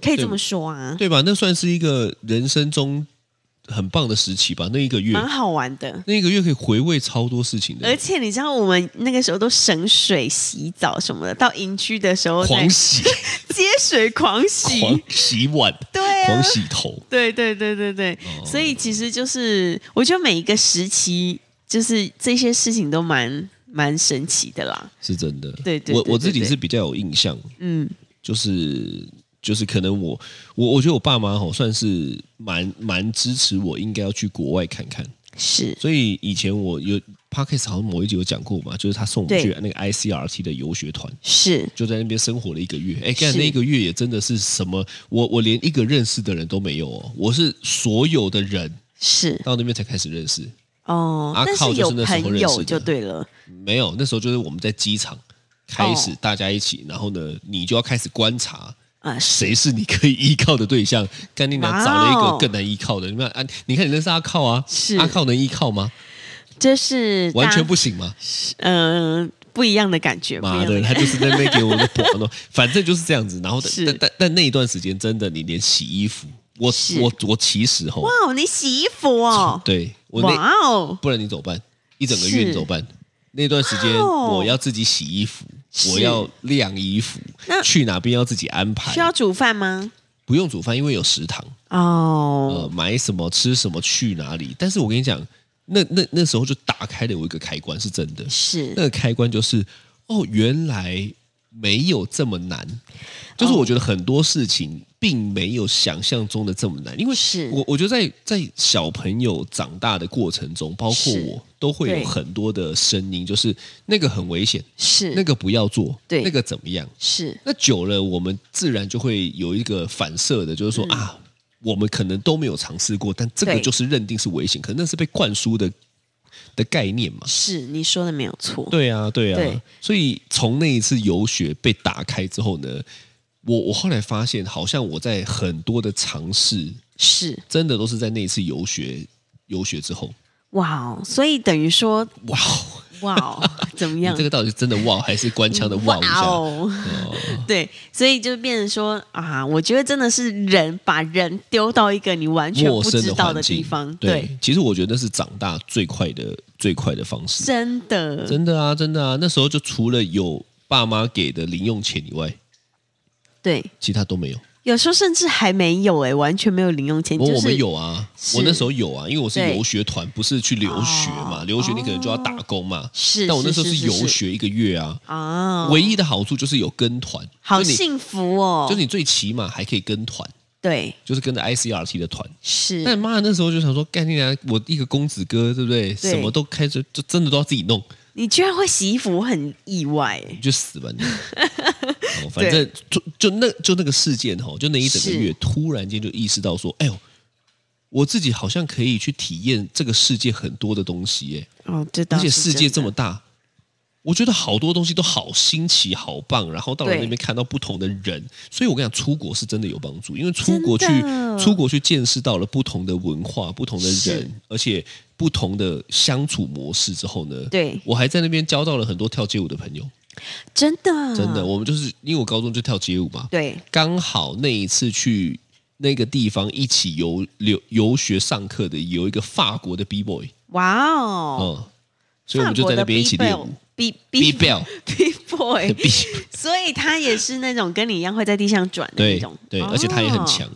[SPEAKER 2] 可以
[SPEAKER 3] 对
[SPEAKER 2] 这么说啊，
[SPEAKER 3] 对吧？那算是一个人生中很棒的时期吧，那一个月，
[SPEAKER 2] 蛮好玩的。
[SPEAKER 3] 那一个月可以回味超多事情的，
[SPEAKER 2] 而且你知道，我们那个时候都省水洗澡什么的，到营区的时候在
[SPEAKER 3] 狂洗
[SPEAKER 2] 接水狂洗，
[SPEAKER 3] 狂洗碗，
[SPEAKER 2] [laughs] 对啊，
[SPEAKER 3] 狂洗头，
[SPEAKER 2] 对对对对对，
[SPEAKER 3] 哦
[SPEAKER 2] 所以其实就是我觉得每一个时期，就是这些事情都蛮蛮神奇的啦。
[SPEAKER 3] 是真的。
[SPEAKER 2] 对对
[SPEAKER 3] 我
[SPEAKER 2] 对
[SPEAKER 3] 我
[SPEAKER 2] 对
[SPEAKER 3] 自己
[SPEAKER 2] 对
[SPEAKER 3] 是比较有印象，
[SPEAKER 2] 嗯，
[SPEAKER 3] 就是就是可能我我我觉得我爸妈吼算是蛮蛮支持我应该要去国外看看，
[SPEAKER 2] 是
[SPEAKER 3] 所以以前我有 p o d c a s t 好像某一集有讲过嘛，就是他送我们
[SPEAKER 2] 对
[SPEAKER 3] 去那个 ICRT 的游学团。
[SPEAKER 2] 是，
[SPEAKER 3] 就在那边生活了一个月，哎，干
[SPEAKER 2] 是
[SPEAKER 3] 那一个月也真的是什么，我我连一个认识的人都没有哦，我是所有的人
[SPEAKER 2] 是
[SPEAKER 3] 到那边才开始认识，
[SPEAKER 2] 哦，
[SPEAKER 3] 阿
[SPEAKER 2] 但
[SPEAKER 3] 靠
[SPEAKER 2] 是有
[SPEAKER 3] 就是那时候
[SPEAKER 2] 朋
[SPEAKER 3] 认识
[SPEAKER 2] 友
[SPEAKER 3] 的
[SPEAKER 2] 就对了，
[SPEAKER 3] 没有，那时候就是我们在机场开
[SPEAKER 2] 哦
[SPEAKER 3] 始大家一起，然后呢，你就要开始观察
[SPEAKER 2] 啊、是
[SPEAKER 3] 谁是你可以依靠的对象。干你
[SPEAKER 2] 哇
[SPEAKER 3] 娘
[SPEAKER 2] 哦
[SPEAKER 3] 找了一个更难依靠的，你看啊，你看你认识阿靠啊，
[SPEAKER 2] 是
[SPEAKER 3] 阿靠能依靠吗？
[SPEAKER 2] 这是啊
[SPEAKER 3] 完全
[SPEAKER 2] 大
[SPEAKER 3] 不行嘛！
[SPEAKER 2] 嗯、不一样的感觉，不一
[SPEAKER 3] 妈
[SPEAKER 2] 样的
[SPEAKER 3] 的，
[SPEAKER 2] 感
[SPEAKER 3] 他就是在那边给我的补
[SPEAKER 2] [laughs]
[SPEAKER 3] 弄，反正就是这样子。然后
[SPEAKER 2] 是
[SPEAKER 3] 但但但那一段时间真的，你连洗衣服，我
[SPEAKER 2] 是
[SPEAKER 3] 我我其实吼，
[SPEAKER 2] 哇哦，你洗衣服哦，
[SPEAKER 3] [laughs] 对我那
[SPEAKER 2] 哇哦，
[SPEAKER 3] 不然你怎么办？一整个月你
[SPEAKER 2] 是
[SPEAKER 3] 怎么办？那段时间
[SPEAKER 2] 哇哦
[SPEAKER 3] 我要自己洗衣服，
[SPEAKER 2] 是
[SPEAKER 3] 我要晾衣服
[SPEAKER 2] 那，
[SPEAKER 3] 去哪边要自己安排
[SPEAKER 2] 需，要煮饭吗？
[SPEAKER 3] 不用煮饭，因为有食堂，呃
[SPEAKER 2] 哦，，
[SPEAKER 3] 买什么吃什么去哪里。但是我跟你讲，那那那时候就打开了我一个开关，是真的。
[SPEAKER 2] 是
[SPEAKER 3] 那个开关就是，哦，原来没有这么难。就是我觉得
[SPEAKER 2] 哦
[SPEAKER 3] 很多事情并没有想象中的这么难，因为
[SPEAKER 2] 是
[SPEAKER 3] 我我觉得在在小朋友长大的过程中，包括
[SPEAKER 2] 是
[SPEAKER 3] 我都会
[SPEAKER 2] 对
[SPEAKER 3] 有很多的声音，就是那个很危险，
[SPEAKER 2] 是
[SPEAKER 3] 那个不要做，
[SPEAKER 2] 对
[SPEAKER 3] 那个怎么样？
[SPEAKER 2] 是
[SPEAKER 3] 那久了，我们自然就会有一个反射的，就是说、啊，我们可能都没有尝试过，但这个
[SPEAKER 2] 嗯对
[SPEAKER 3] 就是认定是危险，可能那是被灌输的的概念嘛。
[SPEAKER 2] 是，你说的没有错，
[SPEAKER 3] 对啊，对啊。
[SPEAKER 2] 对
[SPEAKER 3] 所以从那一次游学被打开之后呢，我我后来发现，好像我在很多的尝试，
[SPEAKER 2] 是
[SPEAKER 3] 真的都是在那一次游学游学之后，
[SPEAKER 2] 哇哦，所以等于说
[SPEAKER 3] 哇哦！
[SPEAKER 2] 哇
[SPEAKER 3] [laughs]
[SPEAKER 2] 哦，怎么
[SPEAKER 3] 你
[SPEAKER 2] 样
[SPEAKER 3] 这？个到底是真的哇，还是官腔的哇一下？
[SPEAKER 2] 哦，对，所以就变成说啊，我觉得真的是人把人丢到一个你完全
[SPEAKER 3] 陌
[SPEAKER 2] 不
[SPEAKER 3] 生
[SPEAKER 2] 知
[SPEAKER 3] 的
[SPEAKER 2] 道
[SPEAKER 3] 环
[SPEAKER 2] 的
[SPEAKER 3] 境，
[SPEAKER 2] 地方，
[SPEAKER 3] 对，
[SPEAKER 2] 对，
[SPEAKER 3] 其实我觉得那是长大最快的最快的方式。
[SPEAKER 2] 真 [laughs] 的
[SPEAKER 3] 真的啊，真的啊，那时候就除了有爸妈给的零用钱以外，
[SPEAKER 2] 对
[SPEAKER 3] 其他都没有。
[SPEAKER 2] 有时候甚至还没有哎、完全没有零用钱，
[SPEAKER 3] 我
[SPEAKER 2] 就是
[SPEAKER 3] 我们有啊，
[SPEAKER 2] 是
[SPEAKER 3] 我那时候有啊，因为我是
[SPEAKER 2] 对
[SPEAKER 3] 游学团，不是去留学嘛，
[SPEAKER 2] 哦
[SPEAKER 3] 留学你可能就要打工嘛。
[SPEAKER 2] 是，
[SPEAKER 3] 但我那时候
[SPEAKER 2] 是
[SPEAKER 3] 是游学一个月啊，
[SPEAKER 2] 啊，
[SPEAKER 3] 唯一的好处就是有跟团，
[SPEAKER 2] 好
[SPEAKER 3] 就你
[SPEAKER 2] 幸福哦，
[SPEAKER 3] 就你最起码还可以跟团，
[SPEAKER 2] 对
[SPEAKER 3] 就是跟着 ICRT 的团。但
[SPEAKER 2] 是
[SPEAKER 3] 妈的那时候就想说，干你娘！我一个公子哥，对不对？什么都开着，就真的都要自己弄，
[SPEAKER 2] 你居然会洗衣服，我很意外欸、
[SPEAKER 3] 你就死吧
[SPEAKER 2] [laughs]
[SPEAKER 3] 你！哦反正就就那就那个事件哈，就那一整个月，
[SPEAKER 2] 是
[SPEAKER 3] 突然间就意识到说，哎呦，我自己好像可以去体验这个世界很多的东西耶，
[SPEAKER 2] 哦，这倒
[SPEAKER 3] 而
[SPEAKER 2] 是
[SPEAKER 3] 且世界
[SPEAKER 2] 真的
[SPEAKER 3] 这么大。我觉得好多东西都好新奇、好棒，然后到了
[SPEAKER 2] 对
[SPEAKER 3] 那边看到不同的人，所以我跟你讲，出国是真的有帮助，因为出国去
[SPEAKER 2] 真的
[SPEAKER 3] 出国去见识到了不同的文化、不同的
[SPEAKER 2] 是
[SPEAKER 3] 人，而且不同的相处模式之后呢，
[SPEAKER 2] 对
[SPEAKER 3] 我还在那边交到了很多跳街舞的朋友，
[SPEAKER 2] 真的
[SPEAKER 3] 真的，我们就是因为我高中就跳街舞嘛，
[SPEAKER 2] 嗯对
[SPEAKER 3] 刚好那一次去那个地方一起游游游学上课的有一个法国的 B boy，
[SPEAKER 2] 哇哦，
[SPEAKER 3] 嗯，所以我们就在那边一起练舞。
[SPEAKER 2] B
[SPEAKER 3] B
[SPEAKER 2] B
[SPEAKER 3] bell
[SPEAKER 2] [laughs] B boy，
[SPEAKER 3] B
[SPEAKER 2] 所以他也是那种跟你一样会在地上转的那
[SPEAKER 3] [laughs] 对
[SPEAKER 2] 种，
[SPEAKER 3] 对，
[SPEAKER 2] 哦
[SPEAKER 3] 而且他也很强。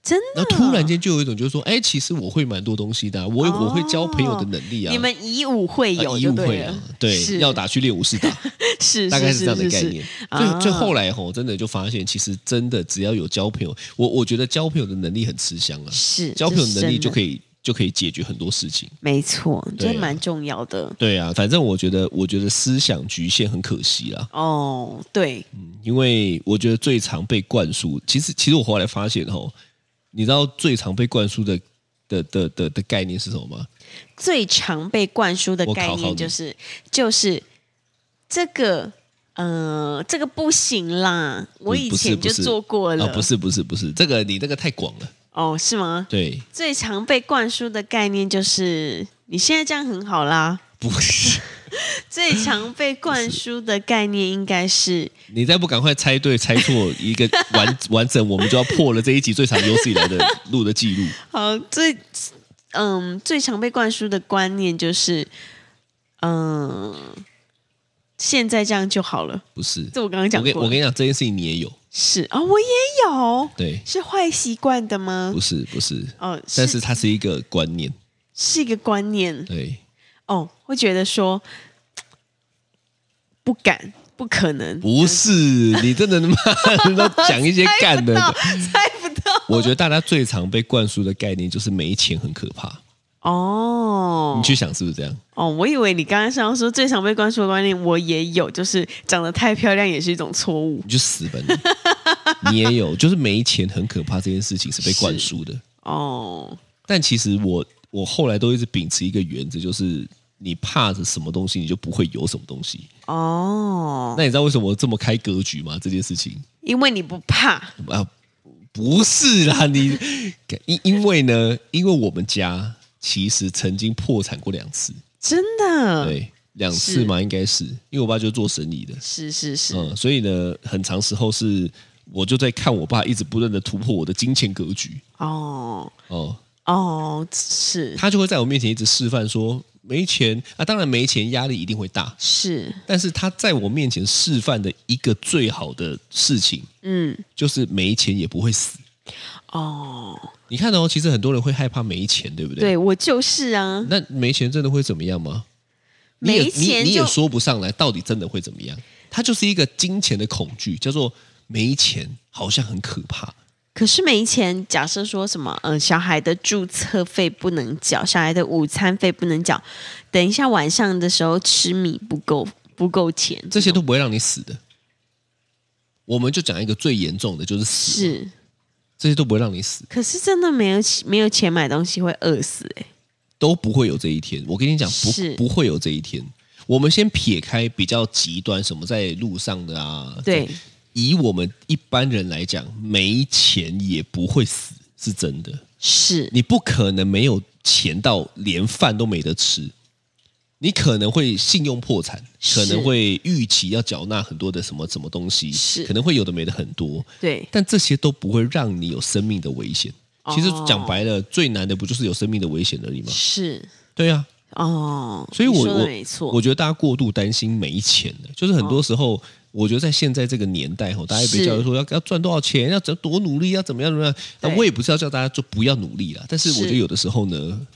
[SPEAKER 2] 真的。
[SPEAKER 3] 然后突然，间就有一种就是说，哎，其实我会蛮多东西的啊，我有
[SPEAKER 2] 哦
[SPEAKER 3] 我会交朋友的能力啊。
[SPEAKER 2] 你们以武会
[SPEAKER 3] 啊
[SPEAKER 2] 友
[SPEAKER 3] 以
[SPEAKER 2] 就
[SPEAKER 3] 武会
[SPEAKER 2] 对
[SPEAKER 3] 啊
[SPEAKER 2] 了，，
[SPEAKER 3] 对，
[SPEAKER 2] 是
[SPEAKER 3] 要打去练武士打，
[SPEAKER 2] [laughs] 是
[SPEAKER 3] 大概是这样的概。
[SPEAKER 2] 是是是
[SPEAKER 3] 念。所
[SPEAKER 2] 啊
[SPEAKER 3] 以，所以后来吼，真的就发现，其实真的只要有交朋友，我我觉得交朋友的能力很吃香啊，
[SPEAKER 2] 是
[SPEAKER 3] 交朋友能力就可
[SPEAKER 2] 以，
[SPEAKER 3] 以就可以解决很多事情。
[SPEAKER 2] 没错，
[SPEAKER 3] 对
[SPEAKER 2] 这
[SPEAKER 3] 啊
[SPEAKER 2] 蛮重要的
[SPEAKER 3] 对啊，反正我觉得，我觉得思想局限很可惜啦。
[SPEAKER 2] 哦。对，
[SPEAKER 3] 因为我觉得最常被灌输，其实其实我后来发现哦，你知道最常被灌输的的的的的概念是什么吗？
[SPEAKER 2] 最常被灌输的
[SPEAKER 3] 我考
[SPEAKER 2] 概
[SPEAKER 3] 考
[SPEAKER 2] 念
[SPEAKER 3] 你
[SPEAKER 2] 就是就是这个。呃，这个不行啦！我以
[SPEAKER 3] 嗯不是
[SPEAKER 2] 前
[SPEAKER 3] 不
[SPEAKER 2] 就是做过了，
[SPEAKER 3] 啊，不是不是不是，这个你这个太广了。
[SPEAKER 2] 哦，是吗？
[SPEAKER 3] 对，
[SPEAKER 2] 最常被灌输的概念就是你现在这样很好啦。
[SPEAKER 3] 不
[SPEAKER 2] [laughs]
[SPEAKER 3] 是，
[SPEAKER 2] 最常被灌输的概念应该是
[SPEAKER 3] 你再不赶快猜对猜错一个完 [laughs] 完整，我们就要破了这一集最长有史以来的录的记录。
[SPEAKER 2] 好最嗯最常被灌输的观念就是嗯现在这样就好了。
[SPEAKER 3] 不是，
[SPEAKER 2] 这我刚刚
[SPEAKER 3] 我
[SPEAKER 2] 讲
[SPEAKER 3] 跟
[SPEAKER 2] 过
[SPEAKER 3] 我跟你讲这件事情你也有，
[SPEAKER 2] 是啊、我也有
[SPEAKER 3] 对，
[SPEAKER 2] 是坏习惯的吗
[SPEAKER 3] 不？是不是，
[SPEAKER 2] 哦，
[SPEAKER 3] 但
[SPEAKER 2] 是
[SPEAKER 3] 是它是一个观念，
[SPEAKER 2] 是一个观念
[SPEAKER 3] 对，
[SPEAKER 2] 哦，会觉得说不敢、不可能，
[SPEAKER 3] 不是，你真的他妈 [laughs] 都讲一些干的。
[SPEAKER 2] 猜不到
[SPEAKER 3] 我觉得大家最常被灌输的概念就是没钱很可怕。
[SPEAKER 2] 哦。
[SPEAKER 3] 你去想是不是这样？
[SPEAKER 2] 哦，我以为你刚刚是要说最常被灌输的观念，我也有，就是长得太漂亮也是一种错误
[SPEAKER 3] 你去死吧你！你也有，就是没钱很可怕这件事情是被灌输的。
[SPEAKER 2] 哦。
[SPEAKER 3] 但其实我我后来都一直秉持一个原则，就是你怕着什么东西，你就不会有什么东西。
[SPEAKER 2] 哦，
[SPEAKER 3] 那你知道为什么我这么开格局吗？这件事情
[SPEAKER 2] 因为你不怕
[SPEAKER 3] 啊，不是啦，你因因为呢，因为我们家其实曾经破产过两次，
[SPEAKER 2] 真的，，
[SPEAKER 3] 对，两次嘛，应该是因为我爸就是做生意的，
[SPEAKER 2] 是是是，
[SPEAKER 3] 嗯，所以呢，很长时候是我就在看我爸一直不断的突破我的金钱格局
[SPEAKER 2] 哦
[SPEAKER 3] 哦，
[SPEAKER 2] 哦，是
[SPEAKER 3] 他就会在我面前一直示范说没钱啊，当然没钱压力一定会大，
[SPEAKER 2] 是，
[SPEAKER 3] 但是他在我面前示范的一个最好的事情
[SPEAKER 2] 嗯，
[SPEAKER 3] 就是没钱也不会死。
[SPEAKER 2] 哦，
[SPEAKER 3] 你看哦，其实很多人会害怕没钱，对不对？
[SPEAKER 2] 对我就是啊，
[SPEAKER 3] 那没钱真的会怎么样吗？你也
[SPEAKER 2] 没钱
[SPEAKER 3] 你你也
[SPEAKER 2] 就
[SPEAKER 3] 说不上来，到底真的会怎么样？它就是一个金钱的恐惧，叫做没钱好像很可怕。
[SPEAKER 2] 可是没钱，假设说什么，嗯、小孩的注册费不能缴，小孩的午餐费不能缴，等一下晚上的时候吃米不够不够钱，
[SPEAKER 3] 这些都不会让你死的。我们就讲一个最严重的，就是死，
[SPEAKER 2] 是。
[SPEAKER 3] 这些都不会让你死，
[SPEAKER 2] 可是真的没有钱没有钱买东西会饿死哎、
[SPEAKER 3] 都不会有这一天。我跟你讲，
[SPEAKER 2] 是
[SPEAKER 3] 不不会有这一天。我们先撇开比较极端，什么在路上的啊，
[SPEAKER 2] 对，
[SPEAKER 3] 以我们一般人来讲，没钱也不会死，是真的。
[SPEAKER 2] 是
[SPEAKER 3] 你不可能没有钱到连饭都没得吃，你可能会信用破产，
[SPEAKER 2] 是
[SPEAKER 3] 可能会预期要缴纳很多的什么什么东西，
[SPEAKER 2] 是
[SPEAKER 3] 可能会有的没的很多，
[SPEAKER 2] 对，
[SPEAKER 3] 但这些都不会让你有生命的危险。其实讲白了，最难的不就是有生命的危险而已吗？
[SPEAKER 2] 哦是
[SPEAKER 3] 对啊，
[SPEAKER 2] 哦，
[SPEAKER 3] 所以我
[SPEAKER 2] 你说的
[SPEAKER 3] 我
[SPEAKER 2] 没错，哦
[SPEAKER 3] 我觉得大家过度担心没钱了，就是很多时候我觉得在现在这个年代吼，大家也别
[SPEAKER 2] 是
[SPEAKER 3] 叫人说要要赚多少钱，要怎多努力，要怎么样怎么样。那
[SPEAKER 2] 对
[SPEAKER 3] 我也不是要叫大家就不要努力啦，但是
[SPEAKER 2] 是
[SPEAKER 3] 我觉得有的时候呢，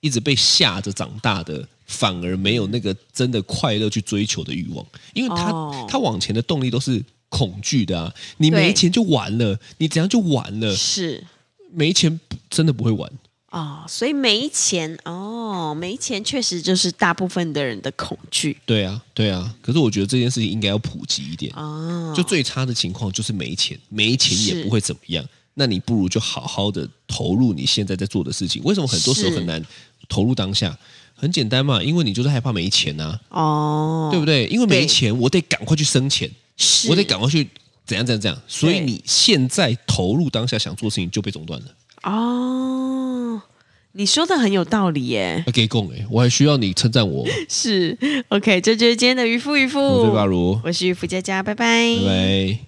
[SPEAKER 3] 一直被吓着长大的，反而没
[SPEAKER 2] 嗯
[SPEAKER 3] 有那个真的快乐去追求的欲望，因为他、
[SPEAKER 2] 哦
[SPEAKER 3] 他往前的动力都是恐惧的啊。你没
[SPEAKER 2] 对
[SPEAKER 3] 钱就完了，你怎样就完了，
[SPEAKER 2] 是
[SPEAKER 3] 没钱不真的不会玩。
[SPEAKER 2] 哦，所以没钱哦，没钱确实就是大部分的人的恐惧
[SPEAKER 3] 对啊，对啊。可是我觉得这件事情应该要普及一点。
[SPEAKER 2] 哦，
[SPEAKER 3] 就最差的情况就是没钱，没钱
[SPEAKER 2] 是
[SPEAKER 3] 也不会怎么样。那你不如就好好的投入你现在在做的事情。为什么很多时候
[SPEAKER 2] 是
[SPEAKER 3] 很难投入当下？很简单嘛，因为你就是害怕没钱啊，
[SPEAKER 2] 哦，
[SPEAKER 3] 对不对？因为没
[SPEAKER 2] 对
[SPEAKER 3] 钱，我得赶快去生钱，
[SPEAKER 2] 是
[SPEAKER 3] 我得赶快去怎样怎样怎样。所以
[SPEAKER 2] 对
[SPEAKER 3] 你现在投入当下想做的事情就被中断了。
[SPEAKER 2] 哦。你说的很有道理耶，
[SPEAKER 3] 啊给供哎，我还需要你称赞我，
[SPEAKER 2] 是 OK，这就是今天的渔夫渔夫，
[SPEAKER 3] 我是巴如，
[SPEAKER 2] 我是渔夫佳佳，拜拜，
[SPEAKER 3] 拜拜。